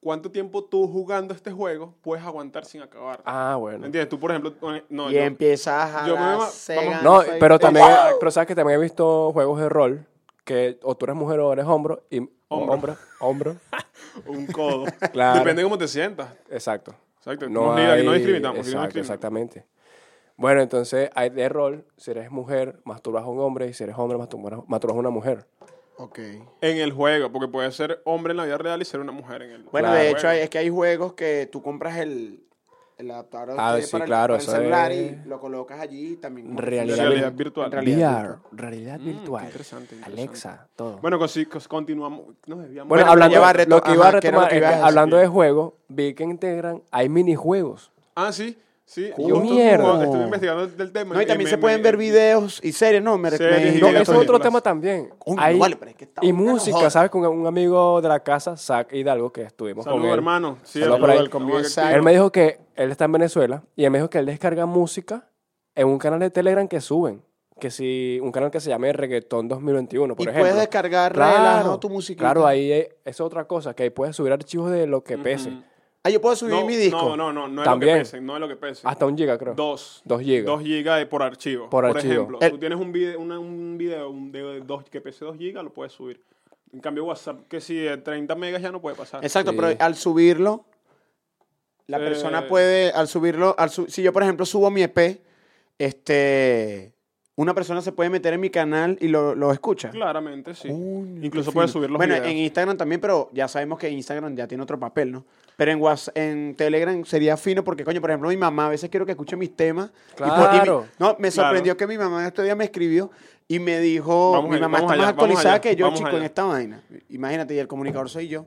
S1: ¿cuánto tiempo tú jugando este juego puedes aguantar sin acabar?
S4: Ah, bueno.
S1: ¿Entiendes? Tú, por ejemplo, no,
S3: y
S1: yo-
S3: empiezas a
S1: yo me-
S3: jalar
S1: vamos-
S3: Sega,
S4: No,
S3: sé,
S4: pero
S3: eh,
S4: también. Pero sabes que también he visto juegos de rol que o tú eres mujer o eres hombro. Y,
S1: Hombro.
S4: Hombro. Hombro.
S1: un codo.
S4: Claro.
S1: Depende de cómo te sientas.
S4: Exacto.
S1: Exacto. No, ni- aquí no discriminamos. aquí no
S4: exacto,
S1: discriminamos.
S4: Exactamente. Bueno, entonces hay de rol, si eres mujer, masturbas a un hombre, y si eres hombre, masturbas masturbas a una mujer.
S3: Ok.
S1: en el juego, porque puede ser hombre en la vida real y ser una mujer en el
S3: Bueno,
S4: Claro.
S3: de hecho,
S1: juego.
S3: hay- es que hay juegos que tú compras el, el adaptador
S4: Ah,
S3: este
S4: sí,
S3: para, el-
S4: claro,
S3: para el,
S4: eso
S3: celular
S4: es-
S3: y lo colocas allí y también.
S4: Realidad
S1: Realidad virtual.
S3: En realidad virtual.
S4: realidad
S1: Mm, qué interesante, interesante.
S4: Alexa, todo.
S1: Bueno, con- sí, cos- continuamos. Nos desviamos.
S4: Bueno,
S3: Bueno,
S4: hablando,
S3: ya va a reto-
S4: lo que iba a
S3: ajá, ¿qué era lo
S4: retomar,
S3: que
S4: es
S3: ibas
S4: que
S3: a decir?
S4: hablando de juegos, vi que integran, hay minijuegos.
S1: Ah, sí, sí.
S4: ¡Qué
S1: justo
S4: mierda!
S1: cuando Estuve investigando el- del tema.
S3: No, y también
S1: me-
S3: se
S1: me-
S3: pueden ver videos y series, ¿no? Me, me-
S1: Series y
S4: No,
S1: Sí,
S4: eso es
S1: también.
S4: otro tema también.
S3: Coño,
S4: Hay-
S3: vale, pero es que está
S4: y
S3: bueno,
S4: música,
S3: joder.
S4: ¿sabes? Con un amigo de la casa, Zach Hidalgo, que estuvimos
S1: Saludos,
S4: con él.
S1: hermano. Sí,
S4: Saludos por
S1: saludos,
S4: ahí.
S1: el combo
S3: Comienza-
S1: que-
S3: Claro.
S4: Él me dijo que él está en Venezuela y él me dijo que él descarga música en un canal de Telegram que suben. Que si, un canal que se llame Reggaetón 2021, por
S3: y
S4: ejemplo.
S3: puedes descargar relajado tu música.
S4: claro, ahí es, es otra cosa, que ahí puedes subir archivos de lo que pese.
S1: Ujú.
S3: Ah, yo puedo subir
S1: No,
S3: mi disco.
S1: No, no, no, no es
S4: También.
S1: lo que pesen, no es lo que pesen.
S4: Hasta un giga, creo.
S1: Dos.
S4: Dos gigas.
S1: Dos gigas de- por archivo.
S4: Por
S1: Por,
S4: archivo. Eh.
S1: ejemplo,
S3: El-
S1: tú tienes un video, una- un video un de dos, que pese 2 gigas, lo puedes subir. En cambio, WhatsApp, que si de 30 megas ya no puede pasar.
S3: Exacto,
S4: Sí.
S3: pero al subirlo, la
S1: Eh.
S3: persona puede, al subirlo, al su- si yo por ejemplo subo mi EP, este, una persona se puede meter en mi canal y lo, lo escucha.
S1: Claramente, sí.
S4: Uh.
S3: Coño,
S1: Incluso
S3: qué
S1: puedes
S3: fino.
S1: subir los
S3: Bueno,
S1: videos.
S3: en Instagram también, pero ya sabemos que Instagram ya tiene otro papel, ¿no? Pero en WhatsApp, en Telegram sería fino porque, coño, por ejemplo, mi mamá a veces quiero que escuche mis temas. y por- y mi-
S4: Claro.
S3: no, me sorprendió que mi mamá este día me escribió y me dijo,
S1: Vamos
S3: mi
S1: allá,
S3: mamá
S1: vamos
S3: está más
S1: allá, vamos
S3: actualizada
S1: allá,
S3: que yo,
S1: vamos
S3: chico, en
S1: allá.
S3: esta vaina. Imagínate, y el comunicador soy yo.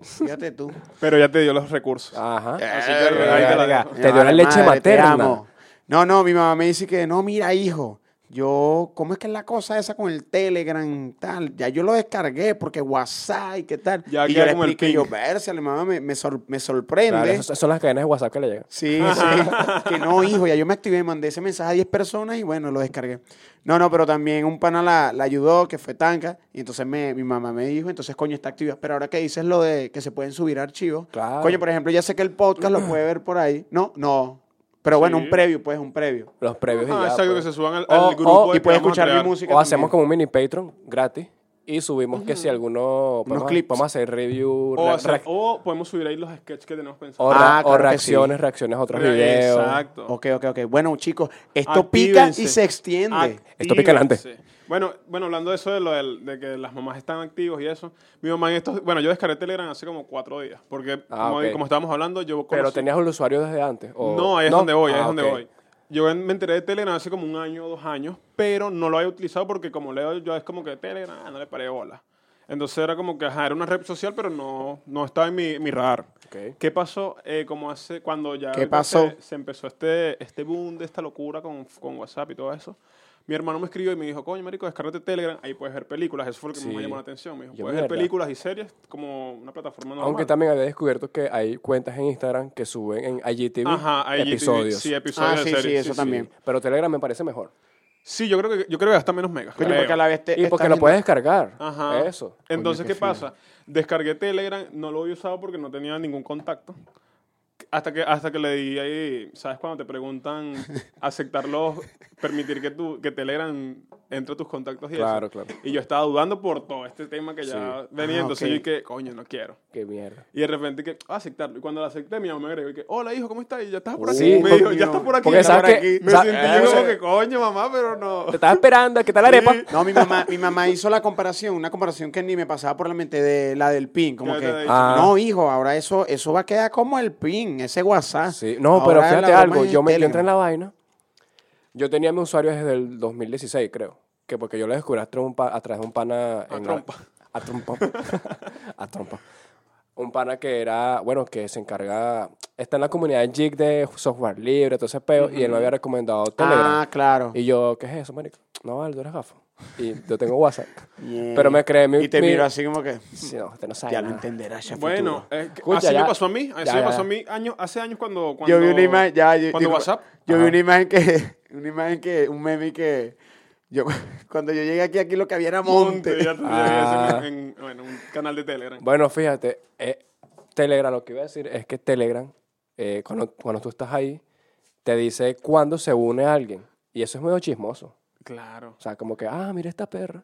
S3: Fíjate tú.
S1: Pero ya te dio los recursos.
S4: Ajá.
S1: Así que ahí te la dejo.
S4: Te dio la leche materna.
S3: No, no, mi mamá me dice que no, mira, hijo. Yo, ¿cómo es que es la cosa esa con el Telegram tal? Ya yo lo descargué porque WhatsApp y qué tal.
S1: Ya
S3: y yo
S1: queda
S3: le
S1: como el
S3: expliqué, yo,
S1: ping.
S3: "Vérseale, mamá, me, me sor- me
S4: Claro,
S3: sorprende.
S4: esas son las cadenas de WhatsApp que le llegan.
S3: Sí, sí. que no, hijo, ya yo me activé, mandé ese mensaje a 10 personas y bueno, lo descargué. No, no, pero también un pana la, la ayudó, que fue Tanca, y entonces me- mi mamá me dijo, entonces, coño, está activa. Pero ahora que dices lo de que se pueden subir archivos,
S4: Claro.
S3: coño, por ejemplo, ya sé que el podcast lo puede ver por ahí. No, no. Pero bueno,
S1: Sí.
S3: un previo, pues, un previo.
S4: Los previos y
S1: Ah,
S4: ya,
S1: exacto,
S4: pues.
S1: que se suban al,
S4: O-
S1: al grupo.
S4: o-
S1: de
S3: y puedes
S1: que vamos a
S3: escuchar mi
S1: crear.
S3: música.
S4: O hacemos
S3: también.
S4: como un mini Patreon gratis y subimos que si alguno podemos,
S3: clips.
S4: podemos hacer review
S1: O,
S4: re-
S1: hacer-
S4: reac-
S1: o podemos subir ahí los sketches que tenemos pensados.
S4: o ra-
S3: Ah,
S4: o
S3: claro que
S4: reacciones,
S3: sí.
S4: reacciones a otros
S1: Re-
S4: videos.
S1: Exacto.
S3: Ok, ok, ok. Bueno, chicos, esto pica
S1: Actívense.
S3: y se extiende.
S4: Esto pica adelante.
S1: Actívense. Bueno, bueno, hablando de eso, de, lo del- de que las mamás están activos y eso. Mi mamá en estos... Bueno, yo descargué Telegram hace como cuatro días. Porque,
S4: Ah,
S1: como,
S4: ok.
S1: como estábamos hablando, yo conocí...
S4: Pero tenías el usuario desde antes. o-
S1: No, ahí es donde voy, ahí
S4: Ah,
S1: es donde
S4: ok.
S1: voy. Yo en- me enteré de Telegram hace como un año o dos años, pero no lo había utilizado porque como leo yo es como que Telegram, ah, no le paré bola. Entonces era como que, ajá, era una red social, pero no, no estaba en mi, mi radar.
S4: Ok.
S1: ¿Qué pasó eh, como hace, cuando ya
S3: ¿Qué
S1: ahorita
S3: pasó?
S1: Se, se empezó este, este boom de esta locura con, con WhatsApp y todo eso? Mi hermano me escribió y me dijo, coño, marico, descárgate Telegram, ahí puedes ver películas. Eso fue lo que
S4: Sí.
S1: me llamó la atención. Me dijo,
S4: Yo,
S1: puedes ver
S4: mierda.
S1: películas y series como una plataforma normal.
S4: Aunque también había descubierto que hay cuentas en Instagram que suben en IGTV,
S1: Ajá, IGTV,
S4: episodios.
S1: Sí, episodios
S3: Ah,
S1: de
S3: sí, sí,
S1: series,
S3: eso también.
S4: Pero Telegram me parece mejor.
S1: Sí, yo creo que yo creo que gasta menos megas.
S3: Coño,
S1: creo.
S3: porque a la vez te
S4: Y
S3: estás
S4: porque lo
S3: viendo-
S4: puedes descargar.
S1: Ajá.
S4: Eso.
S1: Entonces,
S3: Coño, qué
S1: ¿qué
S3: fino.
S1: pasa? Descargué Telegram, no lo había usado porque no tenía ningún contacto. Hasta que, hasta que le di ahí, ¿sabes? Cuando te preguntan aceptarlo, permitir que, tu, que Telegram entre a tus contactos y
S4: Claro,
S1: eso.
S4: claro.
S1: Y yo estaba dudando por todo este tema que ya
S4: Sí.
S1: venía.
S3: Ah,
S1: entonces
S3: ok.
S1: yo dije, coño, no quiero.
S4: Qué mierda.
S1: Y de repente que, ah, aceptarlo. Y cuando lo acepté, mi mamá me agregó y que, hola hijo, ¿cómo estás? Y ya estás por aquí.
S4: Uh, Sí,
S1: me dijo,
S3: coño.
S1: ya estás por aquí.
S4: Porque
S1: ya estás
S4: sabes
S1: por
S4: que-
S1: aquí. Me
S4: sa-
S1: sentí yo
S4: eh,
S1: como que, coño, mamá, pero no.
S4: Te estaba esperando, ¿qué tal la arepa?
S1: Sí.
S3: No, mi mamá, mi mamá hizo la comparación, una comparación que ni me pasaba por la mente de la del PIN. Como
S1: Ya
S3: que,
S1: te había dicho.
S4: Ah.
S3: no, hijo, ahora eso, eso va a quedar como el PIN, ese WhatsApp.
S4: Sí, no,
S3: Ah.
S4: pero
S3: Ahora la
S4: fíjate
S3: broma
S4: algo,
S3: es el
S4: yo me yo
S3: Telegram.
S4: entré en la vaina. Yo tenía mi usuario desde el 2016, creo. Que porque yo lo descubrí a, trompa- a través de un pana. en la-
S1: trompa.
S4: a trompa. a trompa. Un pana que era, bueno, que se encarga. Está en la comunidad JIG de software libre, todo ese peo. Y él me había recomendado Telegram.
S3: Ah, claro.
S4: Y yo, ¿qué es eso, marico? No, vale, tú eres gafo. Y yo tengo WhatsApp.
S3: Yeah.
S4: Pero me creé mi. Ah.
S3: Y te
S4: mi-
S3: miro así como que,
S4: Sí, no, usted no sabe.
S3: ya lo
S4: nada.
S3: entenderás, ya
S1: Bueno,
S3: futuro.
S1: eh, que-
S4: Escucha,
S1: así
S4: ya.
S1: me pasó a mí. Así
S4: Ya,
S1: me
S4: ya.
S1: pasó a mí años, hace años cuando, cuando
S3: Yo vi una imagen, ya, yo,
S1: cuando
S3: disculpa,
S1: WhatsApp.
S3: Yo vi
S4: Ajá.
S3: una imagen que, una imagen que, un meme que, yo, cuando yo llegué aquí, aquí lo que había era monte.
S1: Ya te-
S4: Ah.
S1: ya ves en, en- bueno, un canal de Telegram.
S4: Bueno, fíjate, eh, Telegram, lo que iba a decir es que Telegram, eh, cuando, cuando tú estás ahí, te dice cuándo se une alguien. Y eso es medio chismoso.
S1: Claro.
S4: O sea, como que, ah, mira esta perra.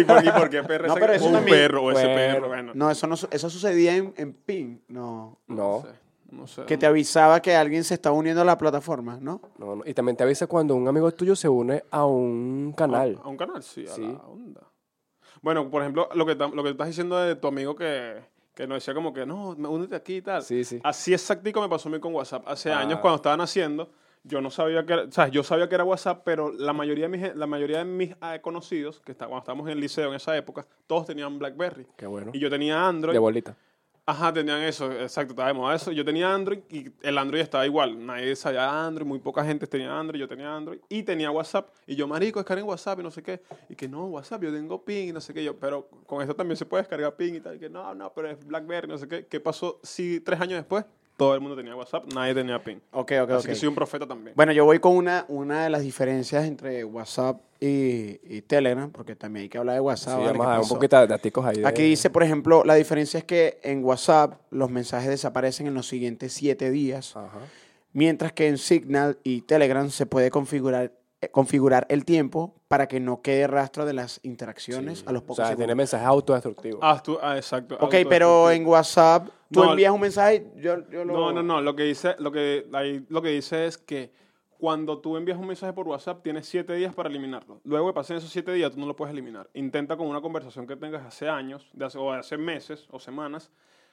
S1: ¿Y por, y por qué perro?
S3: No,
S1: ese-
S3: pero eso
S1: un
S3: también-
S1: perro o ese
S4: Bueno.
S1: perro. Bueno,
S3: No, eso no, su- eso sucedía en, en PIN, no.
S4: No,
S1: sé, no sé.
S3: Que te avisaba que alguien se estaba uniendo a la plataforma, ¿no?
S4: no, no. Y también te avisa cuando un amigo tuyo se une a un
S1: a,
S4: canal.
S1: a un canal, sí, a
S4: Sí.
S1: la onda. Bueno, por ejemplo, lo que, tam- lo que estás diciendo de tu amigo que, que nos decía como que, no, me- únete aquí y tal.
S4: Sí, sí.
S1: Así exactico me pasó a mí con WhatsApp. Hace
S4: Ah.
S1: años cuando estaban haciendo, yo no sabía que era, o sea, yo sabía que era WhatsApp, pero la mayoría de mis, gen- la mayoría de mis ah, conocidos, que está, cuando estábamos en el liceo en esa época, todos tenían BlackBerry.
S4: Qué bueno.
S1: Y yo tenía Android.
S4: De bolita.
S1: Ajá, tenían eso, exacto, estaba de moda eso. Yo tenía Android y el Android estaba igual. Nadie sabía Android, muy poca gente tenía Android, yo tenía Android y tenía WhatsApp. Y yo, marico, descarguen WhatsApp y no sé qué. Y que no, WhatsApp, yo tengo ping y no sé qué. Yo, pero con esto también se puede descargar ping y tal. Y que no, no, pero es Blackberry, no sé qué. ¿Qué pasó si tres años después todo el mundo tenía WhatsApp, nadie tenía ping?
S3: Ok, ok,
S1: Así
S3: ok.
S1: que soy un profeta también.
S3: Bueno, yo voy con una, una de las diferencias entre WhatsApp y, y Telegram, porque también hay que hablar de
S4: Sí,
S3: WhatsApp. ¿vale?
S4: vamos
S3: ¿Qué
S4: a dar un
S3: pasó?
S4: poquito de daticos ahí. de-
S3: Aquí dice, por ejemplo, la diferencia es que en WhatsApp los mensajes desaparecen en los siguientes siete días,
S4: Ajá.
S3: mientras que en Signal y Telegram se puede configurar, eh, configurar el tiempo para que no quede rastro de las interacciones
S4: Sí.
S3: a los
S4: O
S3: pocos
S4: sea, tiene
S3: segundos.
S4: mensajes autodestructivos.
S1: Ah, tú, ah, exacto.
S3: Ok,
S1: autodestructivo.
S3: pero en WhatsApp tú
S1: No,
S3: envías un mensaje, yo, yo lo...
S1: No, no, no. Lo que dice, lo que, ahí lo que dice es que cuando tú envías un mensaje por WhatsApp, tienes siete días para eliminarlo. Luego de pasar esos siete días, tú no lo puedes eliminar. Intenta con una conversación que tengas hace años, de hace- o de hace meses o semanas.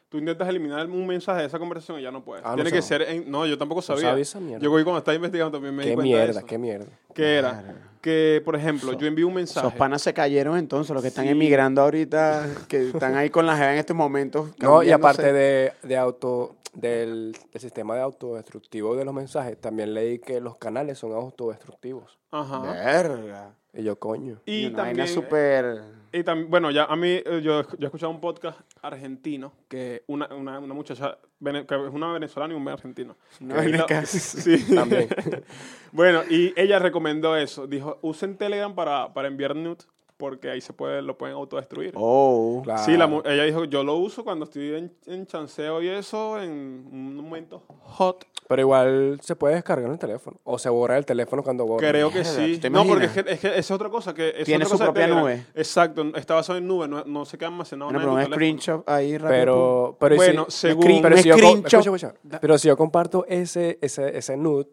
S1: Tú intentas eliminar un mensaje de esa conversación y ya no puedes.
S4: Ah, no
S1: Tiene que
S4: sabía.
S1: ser. en- no, yo tampoco sabía.
S4: sabía esa mierda.
S1: Yo voy cuando estaba investigando también me di
S4: qué
S1: cuenta de
S4: mierda,
S1: eso.
S4: qué mierda.
S1: Que era que, por ejemplo, yo envío un mensaje.
S3: Esos panas se cayeron entonces, los que están
S1: Sí.
S3: emigrando ahorita, que están ahí con la jeva en estos momentos.
S4: No, y
S3: cambiándose.
S4: aparte de, de auto, del, del sistema de autodestructivo de los mensajes, también leí que los canales son autodestructivos.
S1: Ajá.
S3: Verga.
S4: Y yo, coño.
S1: Y
S3: una vaina
S1: también. eh,
S3: súper...
S1: Y también, bueno, ya a mí, eh, yo, yo he escuchado un podcast argentino que una, una, una muchacha, vene- que es una venezolana y un argentino.
S3: Una
S1: Que
S3: vaina
S1: vino-
S3: casi.
S1: Sí.
S4: También.
S1: bueno, y ella recomendó eso. Dijo, usen Telegram para, para enviar nudes porque ahí se puede, lo pueden autodestruir.
S3: Oh.
S4: Claro.
S1: Sí, la mu- ella dijo, yo lo uso cuando estoy en, en chanceo y eso, en un momento hot.
S4: Pero igual se puede descargar en el teléfono. O se borra el teléfono cuando borra.
S1: Creo que
S3: mierda,
S1: sí.
S3: ¿tú te
S1: No, porque es
S3: imaginas?
S1: que, es que es otra cosa. que es
S3: Tiene
S1: otra
S3: su
S1: cosa de
S3: propia
S1: Telegram.
S3: nube.
S1: Exacto, está basado en nube, no, no se queda almacenado
S3: Bueno,
S1: nada
S3: pero
S1: en
S3: un
S1: tu teléfono.
S3: screenshot ahí rápido.
S4: Pero, pero y si-
S1: Bueno, según-
S4: pero
S3: un
S4: si yo co-
S3: screenshot.
S4: escucha, escucha. Pero si yo comparto ese, ese, ese nude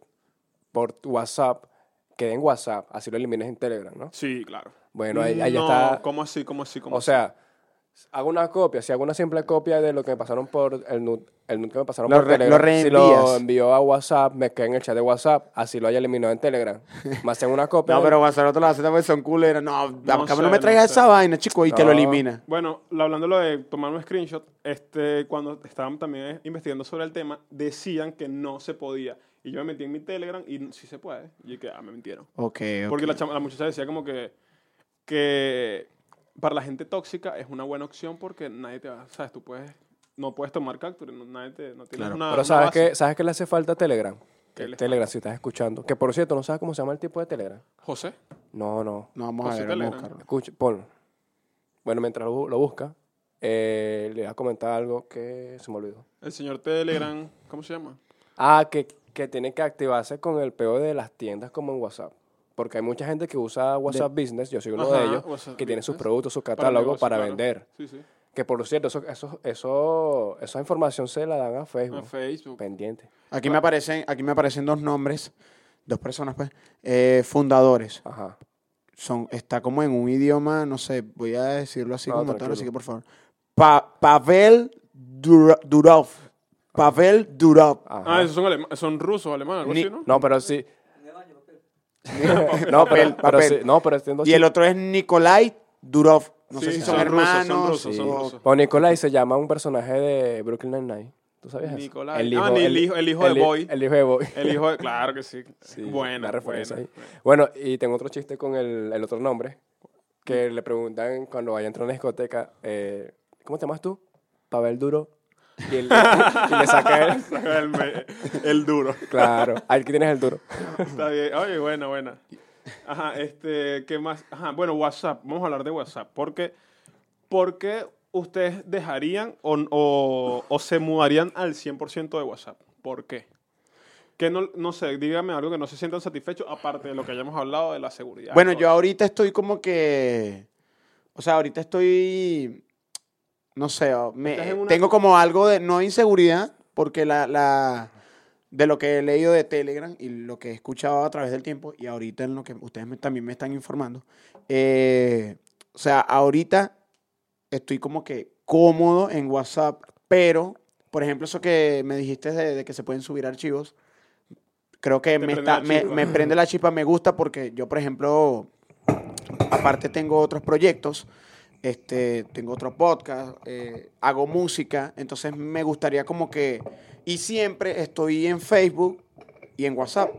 S4: por WhatsApp, queda en WhatsApp, así lo elimines en Telegram, ¿no?
S1: Sí, claro.
S4: Bueno, ahí, ahí ya
S1: No,
S4: está.
S1: ¿Cómo así? ¿Cómo así? ¿Cómo
S4: O
S1: así?
S4: sea, hago una copia, si hago una simple copia de lo que me pasaron por el nude, el nude que me pasaron
S3: Lo
S4: por
S3: re-
S4: Telegram,
S3: lo
S4: si lo
S3: reenvías.
S4: envío a WhatsApp, me queda en el chat de WhatsApp, así lo haya eliminado en Telegram. Me hacen una copia.
S3: No,
S4: del-
S3: pero Gonzalo te lo hace también, son culeros. No, no,
S1: sé,
S3: no me
S1: no
S3: traigas
S1: sé.
S3: esa vaina, chico, y te lo
S4: No.
S3: elimina.
S1: Bueno, hablando lo de tomar un screenshot, este, cuando estaban también investigando sobre el tema, decían que no se podía. Y yo me metí en mi Telegram y sí se puede. Y que, ah, me mintieron.
S3: Ok, ok.
S1: Porque la, chama- la muchacha decía como que, que para la gente tóxica es una buena opción porque nadie te va, sabes, tú puedes, no puedes tomar capture, no, nadie te, no tienes
S3: Claro.
S1: una
S4: Pero
S1: una
S4: ¿sabes
S1: base.
S4: qué, ¿sabes qué le hace falta a Telegram?
S1: ¿Qué le
S4: Telegram, si estás escuchando. Que por cierto, ¿no sabes cómo se llama el tipo de Telegram?
S1: José,
S4: No, no.
S3: No, vamos a
S1: José
S3: ver, vamos a
S1: Telegram.
S3: buscarlo.
S4: Escucha, ponlo. Bueno, mientras lo, bu- lo busca, eh, le voy a comentar algo que se me olvidó.
S1: el señor Telegram, ¿cómo se llama?
S4: Ah, que, que tiene que activarse con el peo de las tiendas como en WhatsApp. Porque hay mucha gente que usa WhatsApp Business, yo soy uno
S1: Ajá,
S4: de ellos,
S1: WhatsApp
S4: que tiene sus
S1: Business.
S4: productos, sus catálogos
S1: negocio,
S4: para,
S1: claro.
S4: vender.
S1: Sí, sí.
S4: Que por cierto, eso, eso, eso- esa información se la dan a Facebook.
S1: A Facebook.
S4: Pendiente.
S3: Aquí me, aparecen, aquí me aparecen dos nombres, dos personas, pues, eh, fundadores.
S4: Ajá.
S3: Son, está como en un idioma, no sé, voy a decirlo así
S4: No,
S3: como tal, así
S4: tranquilo.
S3: que por favor. Pa- Pavel Dura- Durov. Pavel Durov.
S4: ajá.
S1: Ah, esos son, alema- son rusos, alemanes, algo
S3: Ni-
S1: así, ¿no?
S4: No, pero sí. no, pero,
S3: Papel,
S4: pero sí.
S3: papel.
S4: No, pero entiendo.
S3: Y el otro es Nikolai Durov. No sé
S1: Sí,
S3: si
S1: son
S3: son,
S1: rusos, son
S3: hermanos.
S1: rusos, son
S3: o-
S1: rusos.
S4: O Nicolai se llama un personaje de Brooklyn Nine-Nine. ¿Tú sabías eso?
S1: Nicolai. Ah, ni el hijo- el hijo de
S4: hi-
S1: Boy.
S4: El hijo de Boy.
S1: El hijo de. Claro que sí. buena,
S4: una referencia
S1: buena.
S4: ahí. Bueno, y tengo otro chiste con el, el otro nombre. Que le preguntan cuando vaya a entrar a una discoteca, eh, ¿cómo te llamas tú? Pavel Duro. Y, el- y le saca el.
S1: el, me- el duro.
S4: Claro, aquí tienes el duro.
S1: Está bien. Oye, buena, buena. Ajá, este, ¿qué más? Ajá, bueno, WhatsApp. Vamos a hablar de WhatsApp. Porque, ¿Por qué ustedes dejarían o, o- o se mudarían al 100% de WhatsApp? ¿Por qué? Que no, no sé, dígame algo que no se sientan satisfechos, aparte de lo que hayamos hablado de la seguridad.
S3: Bueno,
S1: Todo.
S3: yo ahorita estoy como que. O sea, ahorita estoy. No sé, o- me-
S1: Estás en una-
S3: tengo como algo de. No inseguridad, porque la, la. De lo que he leído de Telegram y lo que he escuchado a través del tiempo, y ahorita en lo que ustedes me- también me están informando, eh, O sea, ahorita estoy como que cómodo en WhatsApp, pero, por ejemplo, eso que me dijiste de, de que se pueden subir archivos, creo que me,
S1: prende
S3: está-
S1: la
S3: me,
S1: chispa.
S3: me prende la chispa, me gusta porque yo, por ejemplo, aparte tengo otros proyectos, este, tengo otro podcast, eh, hago música, entonces me gustaría como que, y siempre estoy en Facebook y en WhatsApp.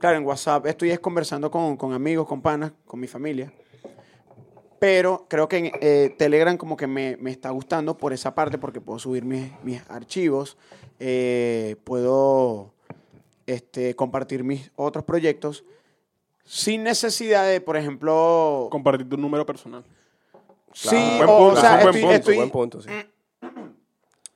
S3: Claro, en WhatsApp estoy es conversando con, con amigos, con panas, con mi familia. Pero creo que en, eh, Telegram como que me, me está gustando por esa parte porque puedo subir mis, mis archivos, eh, puedo este, compartir mis otros proyectos sin necesidad de, por ejemplo...
S1: Compartir tu número personal.
S3: Sí,
S1: Buen
S3: o, o
S1: punto,
S3: sea,
S1: es un buen
S3: estoy-
S1: punto,
S3: estoy- Mm,
S4: Buen punto, sí.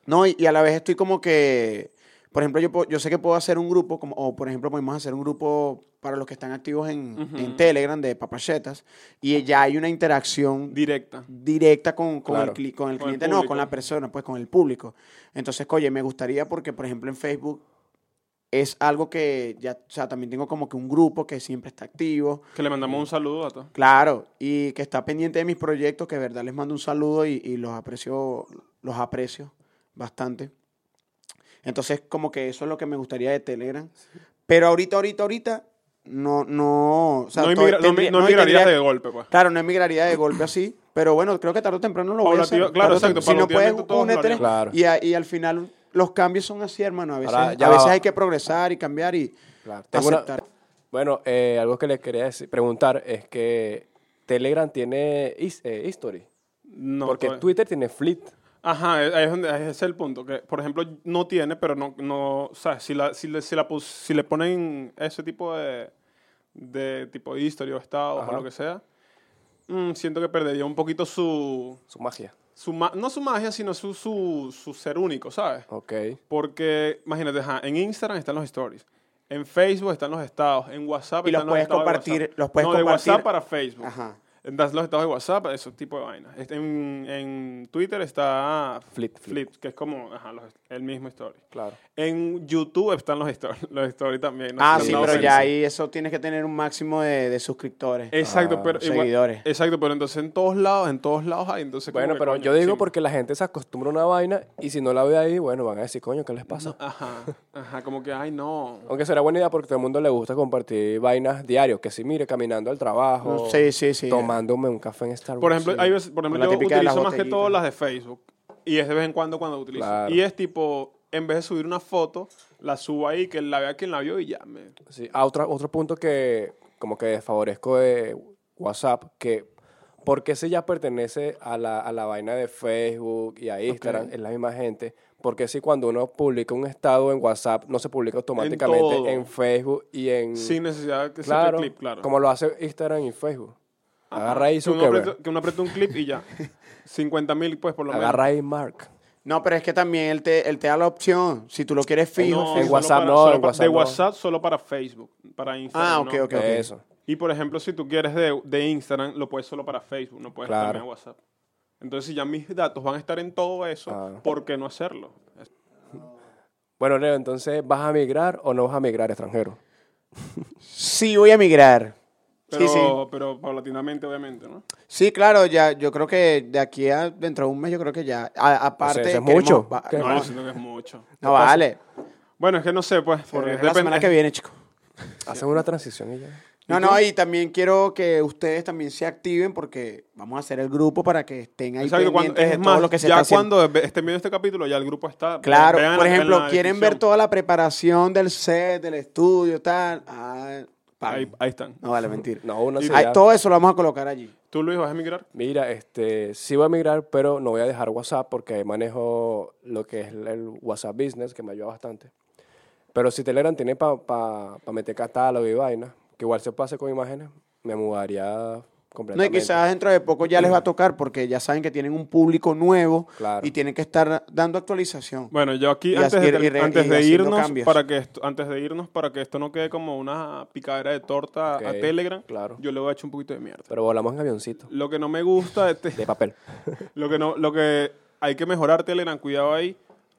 S3: No, y, y a la vez estoy como que, por ejemplo, yo, puedo- yo sé que puedo hacer un grupo, como, o por ejemplo, podemos hacer un grupo para los que están activos en,
S1: Ujú.
S3: en Telegram de papachetas, y ya hay una interacción
S1: Directa.
S3: directa con, con
S4: Claro.
S3: el, cli- con el
S1: Con el
S3: cliente, no,
S1: público.
S3: con la persona, pues con el público. Entonces, oye, me gustaría porque, por ejemplo, en Facebook es algo que ya, o sea, también tengo como que un grupo que siempre está activo,
S1: Que le mandamos un saludo a todos.
S3: Claro, y que está pendiente de mis proyectos, que de verdad les mando un saludo y, y los aprecio, los aprecio bastante. Entonces, como que eso es lo que me gustaría de Telegram. Pero ahorita, ahorita, ahorita, no, no, o sea,
S1: no,
S3: todo-
S1: emigra- no mi-
S3: tendría-
S1: no
S3: no,
S1: emigrarías
S3: tendría-
S1: de golpe, pues.
S3: Claro, no emigraría de golpe así, pero bueno, creo que tarde o temprano lo voy a hacer.
S1: Paulatino- claro,
S3: Tarde o
S1: exacto,
S3: tem- Si no puedes,
S1: paulatinamente todos lo
S3: únete.
S1: haremos.
S4: Claro.
S3: Y, a- y al final, los cambios son así, hermano. A veces,
S4: Ahora, ya
S3: a veces
S4: va.
S3: hay que progresar y cambiar y
S4: Claro. Tengo una-
S3: aceptar.
S4: bueno, eh, algo que les quería decir- preguntar es que Telegram tiene his- eh, history.
S1: No,
S4: porque
S1: todavía-
S4: Twitter tiene fleet.
S1: Ajá, es- ahí es donde ese es el punto. Que, por ejemplo, no tiene, pero no, no o sea, si, la, si, le, si la pus- si le ponen ese tipo de, de tipo de historia o estado
S4: Ajá.
S1: o lo que sea, mm, siento que perdería un poquito su,
S4: Su magia.
S1: su ma- no su magia, sino su, su, su ser único, ¿sabes?
S4: Ok.
S1: Porque, imagínate, ajá, en Instagram están los stories. En Facebook están los estados, en WhatsApp
S3: Y los
S1: están
S3: puedes
S1: estados de
S3: compartir-
S1: WhatsApp.
S3: los puedes
S1: no, de
S3: compartir.
S1: WhatsApp para Facebook.
S3: Ajá.
S1: Das los estados de WhatsApp, ese tipo de vainas. Este, En, en Twitter está
S4: Flit,
S1: Flip, que es como ajá, los- el mismo story.
S4: Claro.
S1: En YouTube están los stories, los stories también. no
S3: Ah,
S1: sé,
S3: sí,
S1: no
S3: pero
S1: sé.
S3: ya ahí eso tienes que tener un máximo de, de suscriptores.
S1: Exacto,
S4: Ah,
S1: pero igual-
S3: seguidores.
S1: Exacto, pero entonces en todos lados, en todos lados hay. Entonces, como
S4: Bueno,
S1: que,
S4: pero
S1: coño,
S4: yo digo
S1: chimbo.
S4: porque la gente se acostumbra a una vaina y si no la ve ahí, bueno, van a decir, coño, ¿qué les pasa?
S1: Ajá, ajá, como que, ay, no.
S4: Aunque será buena idea porque a todo el mundo le gusta compartir vainas diarios, que si mire, caminando al trabajo,
S3: Sí, sí, sí.
S4: tomándome un café en Starbucks.
S1: Mm, Por ejemplo,
S4: sí.
S1: hay veces- por ejemplo,
S3: la
S1: yo
S3: típica de las
S1: utilizo más que todo las
S3: botellitas.
S1: de Facebook. Y es de vez en cuando cuando utilizo.
S4: Claro.
S1: Y es tipo, en vez de subir una foto, la subo ahí, que la vea quien la vio y ya. me-
S4: Sí. Ah, otra- otro punto que como que desfavorezco de WhatsApp, que porque ese ya pertenece a la, a la vaina de Facebook y a Instagram, es la misma gente. Porque si cuando uno publica un estado en WhatsApp, no se publica automáticamente
S1: todo.
S4: en, Facebook y en...
S1: Sin necesidad que sea
S4: Mm. claro,
S1: clip, claro.
S4: como lo hace Instagram y Facebook. Agarra ahí
S1: que uno, aprieta,
S4: Zuckerberg,
S1: que uno aprieta un clip y ya. 50 mil, pues, por lo menos.
S4: agarra ahí Mark.
S3: No, pero es que también él te, él te da la opción. Si tú lo quieres fijo.
S1: No, solo
S4: en
S3: fijo.
S4: WhatsApp
S1: para-
S4: no,
S1: solo
S4: en
S1: pa-
S4: WhatsApp
S1: de
S4: no.
S1: WhatsApp solo para Facebook, para Instagram.
S3: Ah, ok,
S1: no.
S3: ok. Creo que-
S4: Eso.
S1: Y por ejemplo, si tú quieres de, de Instagram, lo puedes solo para Facebook, no puedes
S4: Claro.
S1: también a WhatsApp. Entonces, si ya mis datos van a estar en todo eso,
S4: Ah.
S1: ¿por qué no hacerlo?
S4: Bueno, Leo, entonces, ¿vas a migrar o no vas a migrar extranjero?
S3: Sí, voy a migrar.
S1: Pero,
S3: Sí, sí.
S1: pero paulatinamente, obviamente, ¿no?
S3: Sí, claro, ya, yo creo que de aquí a dentro de un mes, yo creo que ya. a- aparte.
S4: eso es
S3: queremos-
S4: mucho.
S3: va-
S4: ¿Qué?
S1: No,
S3: no,
S1: yo siento que es mucho.
S3: no vale.
S1: Bueno, es que no sé, pues. Porque
S3: la semana
S1: depende.
S3: que viene, chico.
S4: Hacen una transición y ya.
S3: No, no, y también quiero que ustedes también se activen porque vamos a hacer el grupo para que estén ahí
S1: Exacto, cuando-
S3: pendientes
S1: es
S3: de
S1: más,
S3: todo lo que se
S1: ya
S3: está haciendo.
S1: cuando ve- estén viendo este capítulo, ya el grupo está.
S3: Claro,
S1: vean-
S3: por
S1: vean
S3: ejemplo,
S1: la
S3: quieren ver
S1: descripción.
S3: toda la preparación del set, del estudio, tal. Ah, pan.
S1: Ahí, ahí están.
S3: No vale, mentira.
S4: No, una
S1: Y-
S3: Ay,
S4: ya.
S3: todo eso lo vamos a colocar allí.
S1: ¿Tú, Luis, vas a emigrar?
S4: Mira, este, sí voy a migrar, pero no voy a dejar WhatsApp porque ahí manejo lo que es el- el WhatsApp Business, que me ayuda bastante. Pero si Telegram tiene para pa, pa meter catálogo y vaina, que igual se pase con imágenes, me mudaría
S3: No, y
S4: completamente.
S3: quizás dentro de poco ya les va a tocar porque ya saben que tienen un público nuevo
S4: Claro.
S3: y tienen que estar dando actualización.
S1: Bueno, yo aquí
S3: Y
S1: antes,
S3: así-
S1: de,
S3: y re-
S1: ter- antes
S3: y
S1: de
S3: haciendo
S1: irnos
S3: cambios.
S1: para que esto, antes de irnos para que esto no quede como una picadera de torta
S4: Ok,
S1: a Telegram,
S4: claro.
S1: yo le voy a echar un poquito de mierda.
S4: Pero volamos en avioncito,
S1: Lo que no me gusta de, te-
S3: Ah,
S4: de papel.
S1: lo que no lo que hay que mejorar Telegram, cuidado ahí.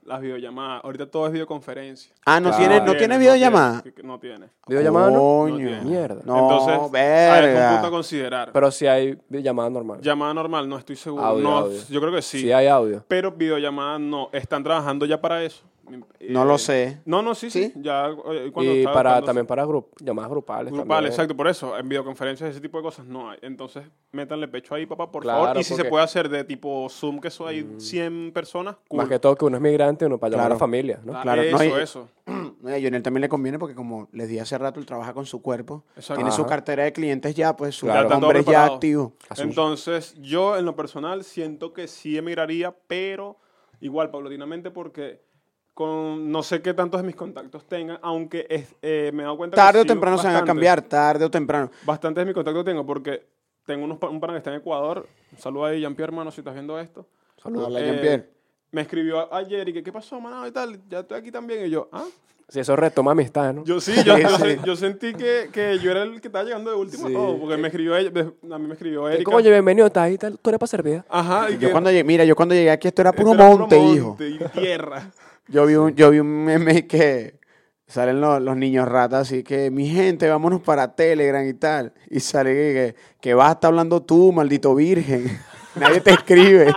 S1: las videollamadas. Ahorita todo es videoconferencia.
S3: Ah, no
S4: Claro.
S3: tienes, no
S4: Tiene,
S3: tienes videollamada.
S1: tiene, No tiene.
S4: ¿Videollamada no?
S3: Coño.
S1: No tiene.
S4: Mierda.
S3: No,
S1: Entonces, ah, a ver, es un punto a
S3: verga.
S1: considerar.
S4: Pero si hay llamada normal.
S1: Llamada normal, no estoy seguro.
S4: Audio,
S1: no,
S4: audio.
S1: Yo creo que
S4: Si
S1: sí.
S4: hay audio.
S1: Pero videollamada no. Están trabajando ya para eso.
S3: No
S1: Eh,
S3: lo sé.
S1: No, no, sí, sí.
S3: ¿Sí?
S1: Ya, eh, cuando
S4: Y
S1: estaba-
S4: para,
S1: cuando
S4: también para grup- llamadas grupales.
S1: Grupal,
S4: también.
S1: exacto, por eso. En videoconferencias ese tipo de cosas no hay. Entonces, métanle pecho ahí, papá, por
S4: Claro,
S1: favor. Y si se
S4: porque- Mm.
S1: puede hacer de tipo Zoom, que eso hay 100 personas, cool.
S4: Más que todo que uno es migrante, uno para llamar a
S3: Claro.
S4: la familia, ¿no?
S1: Ah,
S3: claro, no
S1: eso,
S3: hay-
S1: eso.
S3: Mira, A Jonel también le conviene porque como les di hace rato, él trabaja con su cuerpo.
S1: Exacto.
S3: Tiene su
S4: Ajá.
S3: cartera de clientes ya, pues su
S1: Ya
S4: Claro.
S1: está todo
S3: hombre es ya
S1: preparado.
S3: activo.
S4: Asume.
S1: Entonces, yo en lo personal siento que sí emigraría, pero igual paulatinamente porque con no sé qué tantos de mis contactos tengan, aunque es, eh, me he dado cuenta
S3: Tarde o
S1: sí,
S3: temprano se van a
S1: bastantes.
S3: cambiar, tarde o temprano.
S1: Bastantes de mis contactos tengo porque tengo unos, pa- un pana que está en Ecuador. Un saludo ahí, Jean-Pierre, hermano, si estás viendo esto.
S4: Saludos.
S3: Hola,
S1: Eh,
S3: Jean-Pierre.
S1: Me escribió a- ayer y que, ¿qué pasó, mano? Y tal, ya estoy aquí también. Y yo, ¿ah?
S4: Si eso retoma amistad, ¿no?
S1: Yo sí, yo, yo,
S3: Sí.
S1: se- yo sentí que, que yo era el que estaba llegando de último a
S4: Sí.
S1: todo, porque me escribió ella, de- a mí me escribió
S4: Que,
S1: Erika.
S4: Oye, bienvenido, estás ahí, tal, tú eres para servir.
S1: Ajá, y
S3: Yo
S1: que
S3: cuando llegué, mira, yo cuando llegué aquí esto era
S1: este
S3: puro
S1: era
S3: monte, hijo.
S1: monte y tierra.
S3: Yo vi un, yo vi un meme que salen lo- los, niños ratas, así que, mi gente, vámonos para Telegram y tal. Y sale que, que, que vas a estar hablando tú, maldito virgen. Nadie te escribe.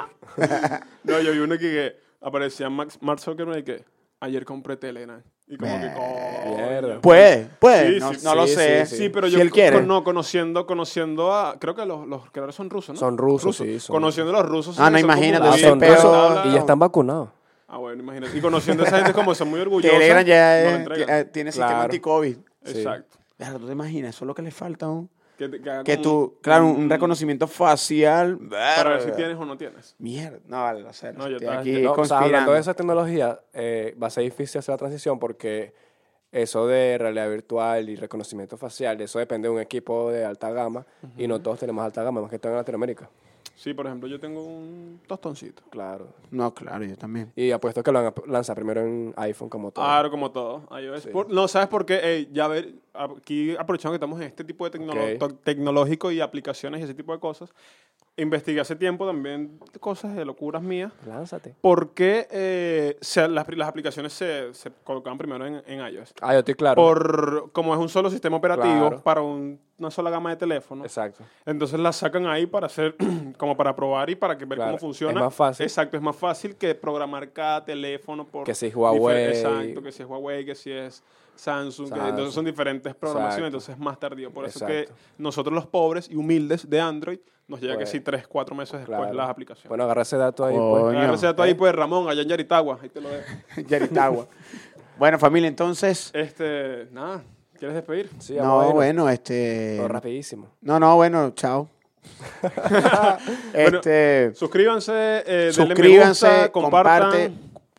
S1: No, yo vi uno que, que aparecía Max, Mark Zuckerberg y que ayer compré Telegram. Y como que, coño.
S4: Mierda.
S3: Puede, puede.
S1: Sí,
S3: Pues, no
S1: sí,
S3: no lo
S4: sí,
S3: sé.
S1: Sí, pero
S3: Si
S1: yo
S3: él quiere.
S1: no, conociendo, conociendo a, creo que los, los creadores son rusos, ¿no?
S4: Son rusos, sí, son
S1: conociendo a los rusos.
S3: Ah,
S1: sí,
S3: no,
S1: son como
S3: imagínate,
S1: muy
S4: Ah,
S3: ese
S4: son
S1: bien
S3: pedo-
S1: hablados.
S4: rusos y ya están vacunados.
S1: Ah, bueno, imagínate. Y conociendo a esa gente como son muy orgullosos.
S3: Telegram ya
S1: nos
S3: es-
S1: entregan.
S3: eh, tiene sistema
S4: Claro.
S3: anti-COVID.
S4: sí.
S1: Exacto.
S3: Claro, tú te imaginas, eso es lo que le falta. ¿no?
S1: Que, te- que haga
S3: Que
S1: como
S3: tú,
S1: un-
S3: claro, un, un reconocimiento facial.
S1: Para ver
S3: verga.
S1: si tienes o no tienes.
S3: Mierda, no, vale, o sea,
S1: No, yo
S3: estoy
S1: estaba-
S3: aquí
S4: No, o sea, hablando
S3: conspirando.
S4: de esa tecnología, eh, va a ser difícil hacer la transición porque eso de realidad virtual y reconocimiento facial, eso depende de un equipo de alta gama y no todos tenemos alta gama, más que todo en Latinoamérica.
S1: Sí, por ejemplo, yo tengo un tostoncito.
S4: Claro.
S3: No, claro, yo también.
S4: Y apuesto que lo van a lanzar primero en iPhone como todo.
S1: Claro, como todo. iOS.
S4: Sí.
S1: Por- no, ¿sabes por qué? Ey, ya ver, aquí aprovechando que estamos en este tipo de tecnolo-
S4: Ok.
S1: to- tecnológico y aplicaciones y ese tipo de cosas, investigué hace tiempo también cosas de locuras mías.
S4: Lánzate.
S1: ¿Por qué eh, se- las, las aplicaciones se, se colocaban primero en, en iOS?
S4: Ah, yo estoy claro.
S1: Por, como es un solo sistema operativo
S4: Claro.
S1: para un- una sola gama de teléfonos,
S4: Exacto.
S1: Entonces la sacan ahí para hacer, como para probar y para que ver cómo
S4: Claro,
S1: funciona.
S4: es más fácil.
S1: Exacto, es más fácil que programar cada teléfono por.
S4: Que si es Huawei.
S1: difer- Exacto, que si es Huawei, que si es Samsung. que-
S4: Samsung.
S1: entonces son diferentes programaciones,
S4: Exacto.
S1: entonces es más tardío. Por eso
S4: Exacto.
S1: que nosotros los pobres y humildes de Android nos llega
S4: Pues,
S1: que si tres, cuatro meses después
S4: Claro.
S1: las aplicaciones.
S4: Bueno, agarra ese dato ahí.
S3: Coño.
S4: Pues.
S1: Gracias a tú ahí, pues Ramón, allá en Yaritagua. Ahí te lo dejo.
S3: Yaritagua. bueno, familia, entonces.
S1: Este, nada, ¿quieres despedir?
S4: Sí, vamos a
S3: No,
S4: irnos.
S3: bueno, este.
S4: Pero rapidísimo.
S3: No, no, bueno, chao. este.
S1: Suscríbanse, eh, denle me
S3: suscríbanse,
S1: gusta, compartan.
S3: comparte-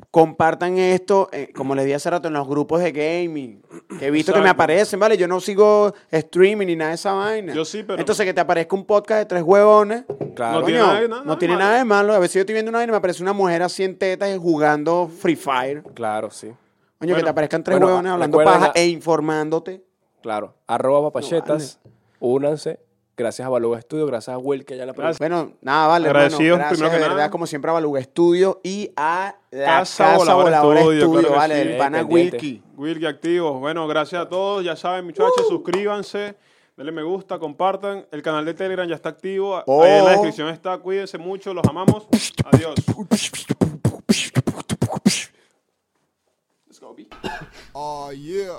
S3: compartan esto, eh, como les di hace rato, en los grupos de gaming. Que he visto que me
S1: Exacto.
S3: aparecen, ¿vale? Yo no sigo streaming ni nada de esa vaina.
S1: Yo sí, pero-
S3: Entonces, que te aparezca un podcast de tres huevones.
S4: Claro.
S1: No
S3: coño,
S1: tiene nada de- nada
S3: no
S1: de
S3: tiene
S1: malo.
S3: nada de malo. A veces yo estoy viendo una vaina y me aparece una mujer así en tetas y jugando Free Fire. Coño,
S4: Claro, sí.
S3: que
S1: Bueno,
S3: te aparezcan tres
S4: bueno,
S3: huevones hablando
S4: recuerda
S3: paja
S4: la-
S3: e informándote.
S4: Claro. Arroba papachetas. Únanse. Gracias a Baluga Studio. Gracias a Will que ya la
S1: Gracias.
S3: Bueno, nada, vale. hermano.
S1: Agradecidos,
S3: gracias,
S1: primero que
S3: de verdad,
S1: nada.
S3: como siempre, a Baluga Studio y a la Casa,
S1: Casa
S3: Voladora,
S1: Voladora
S3: Studio,
S1: Studio, claro que
S3: vale,
S1: sí.
S3: del pana
S4: Pendiente.
S3: Wilkie.
S1: Wilkie activos. Bueno, gracias a todos. Ya saben, muchachos, suscríbanse, denle me gusta, compartan. El canal de Telegram ya está activo.
S3: Oh.
S1: Ahí en la descripción está. Cuídense mucho, los amamos. Adiós. Let's go, B.
S5: Oh yeah.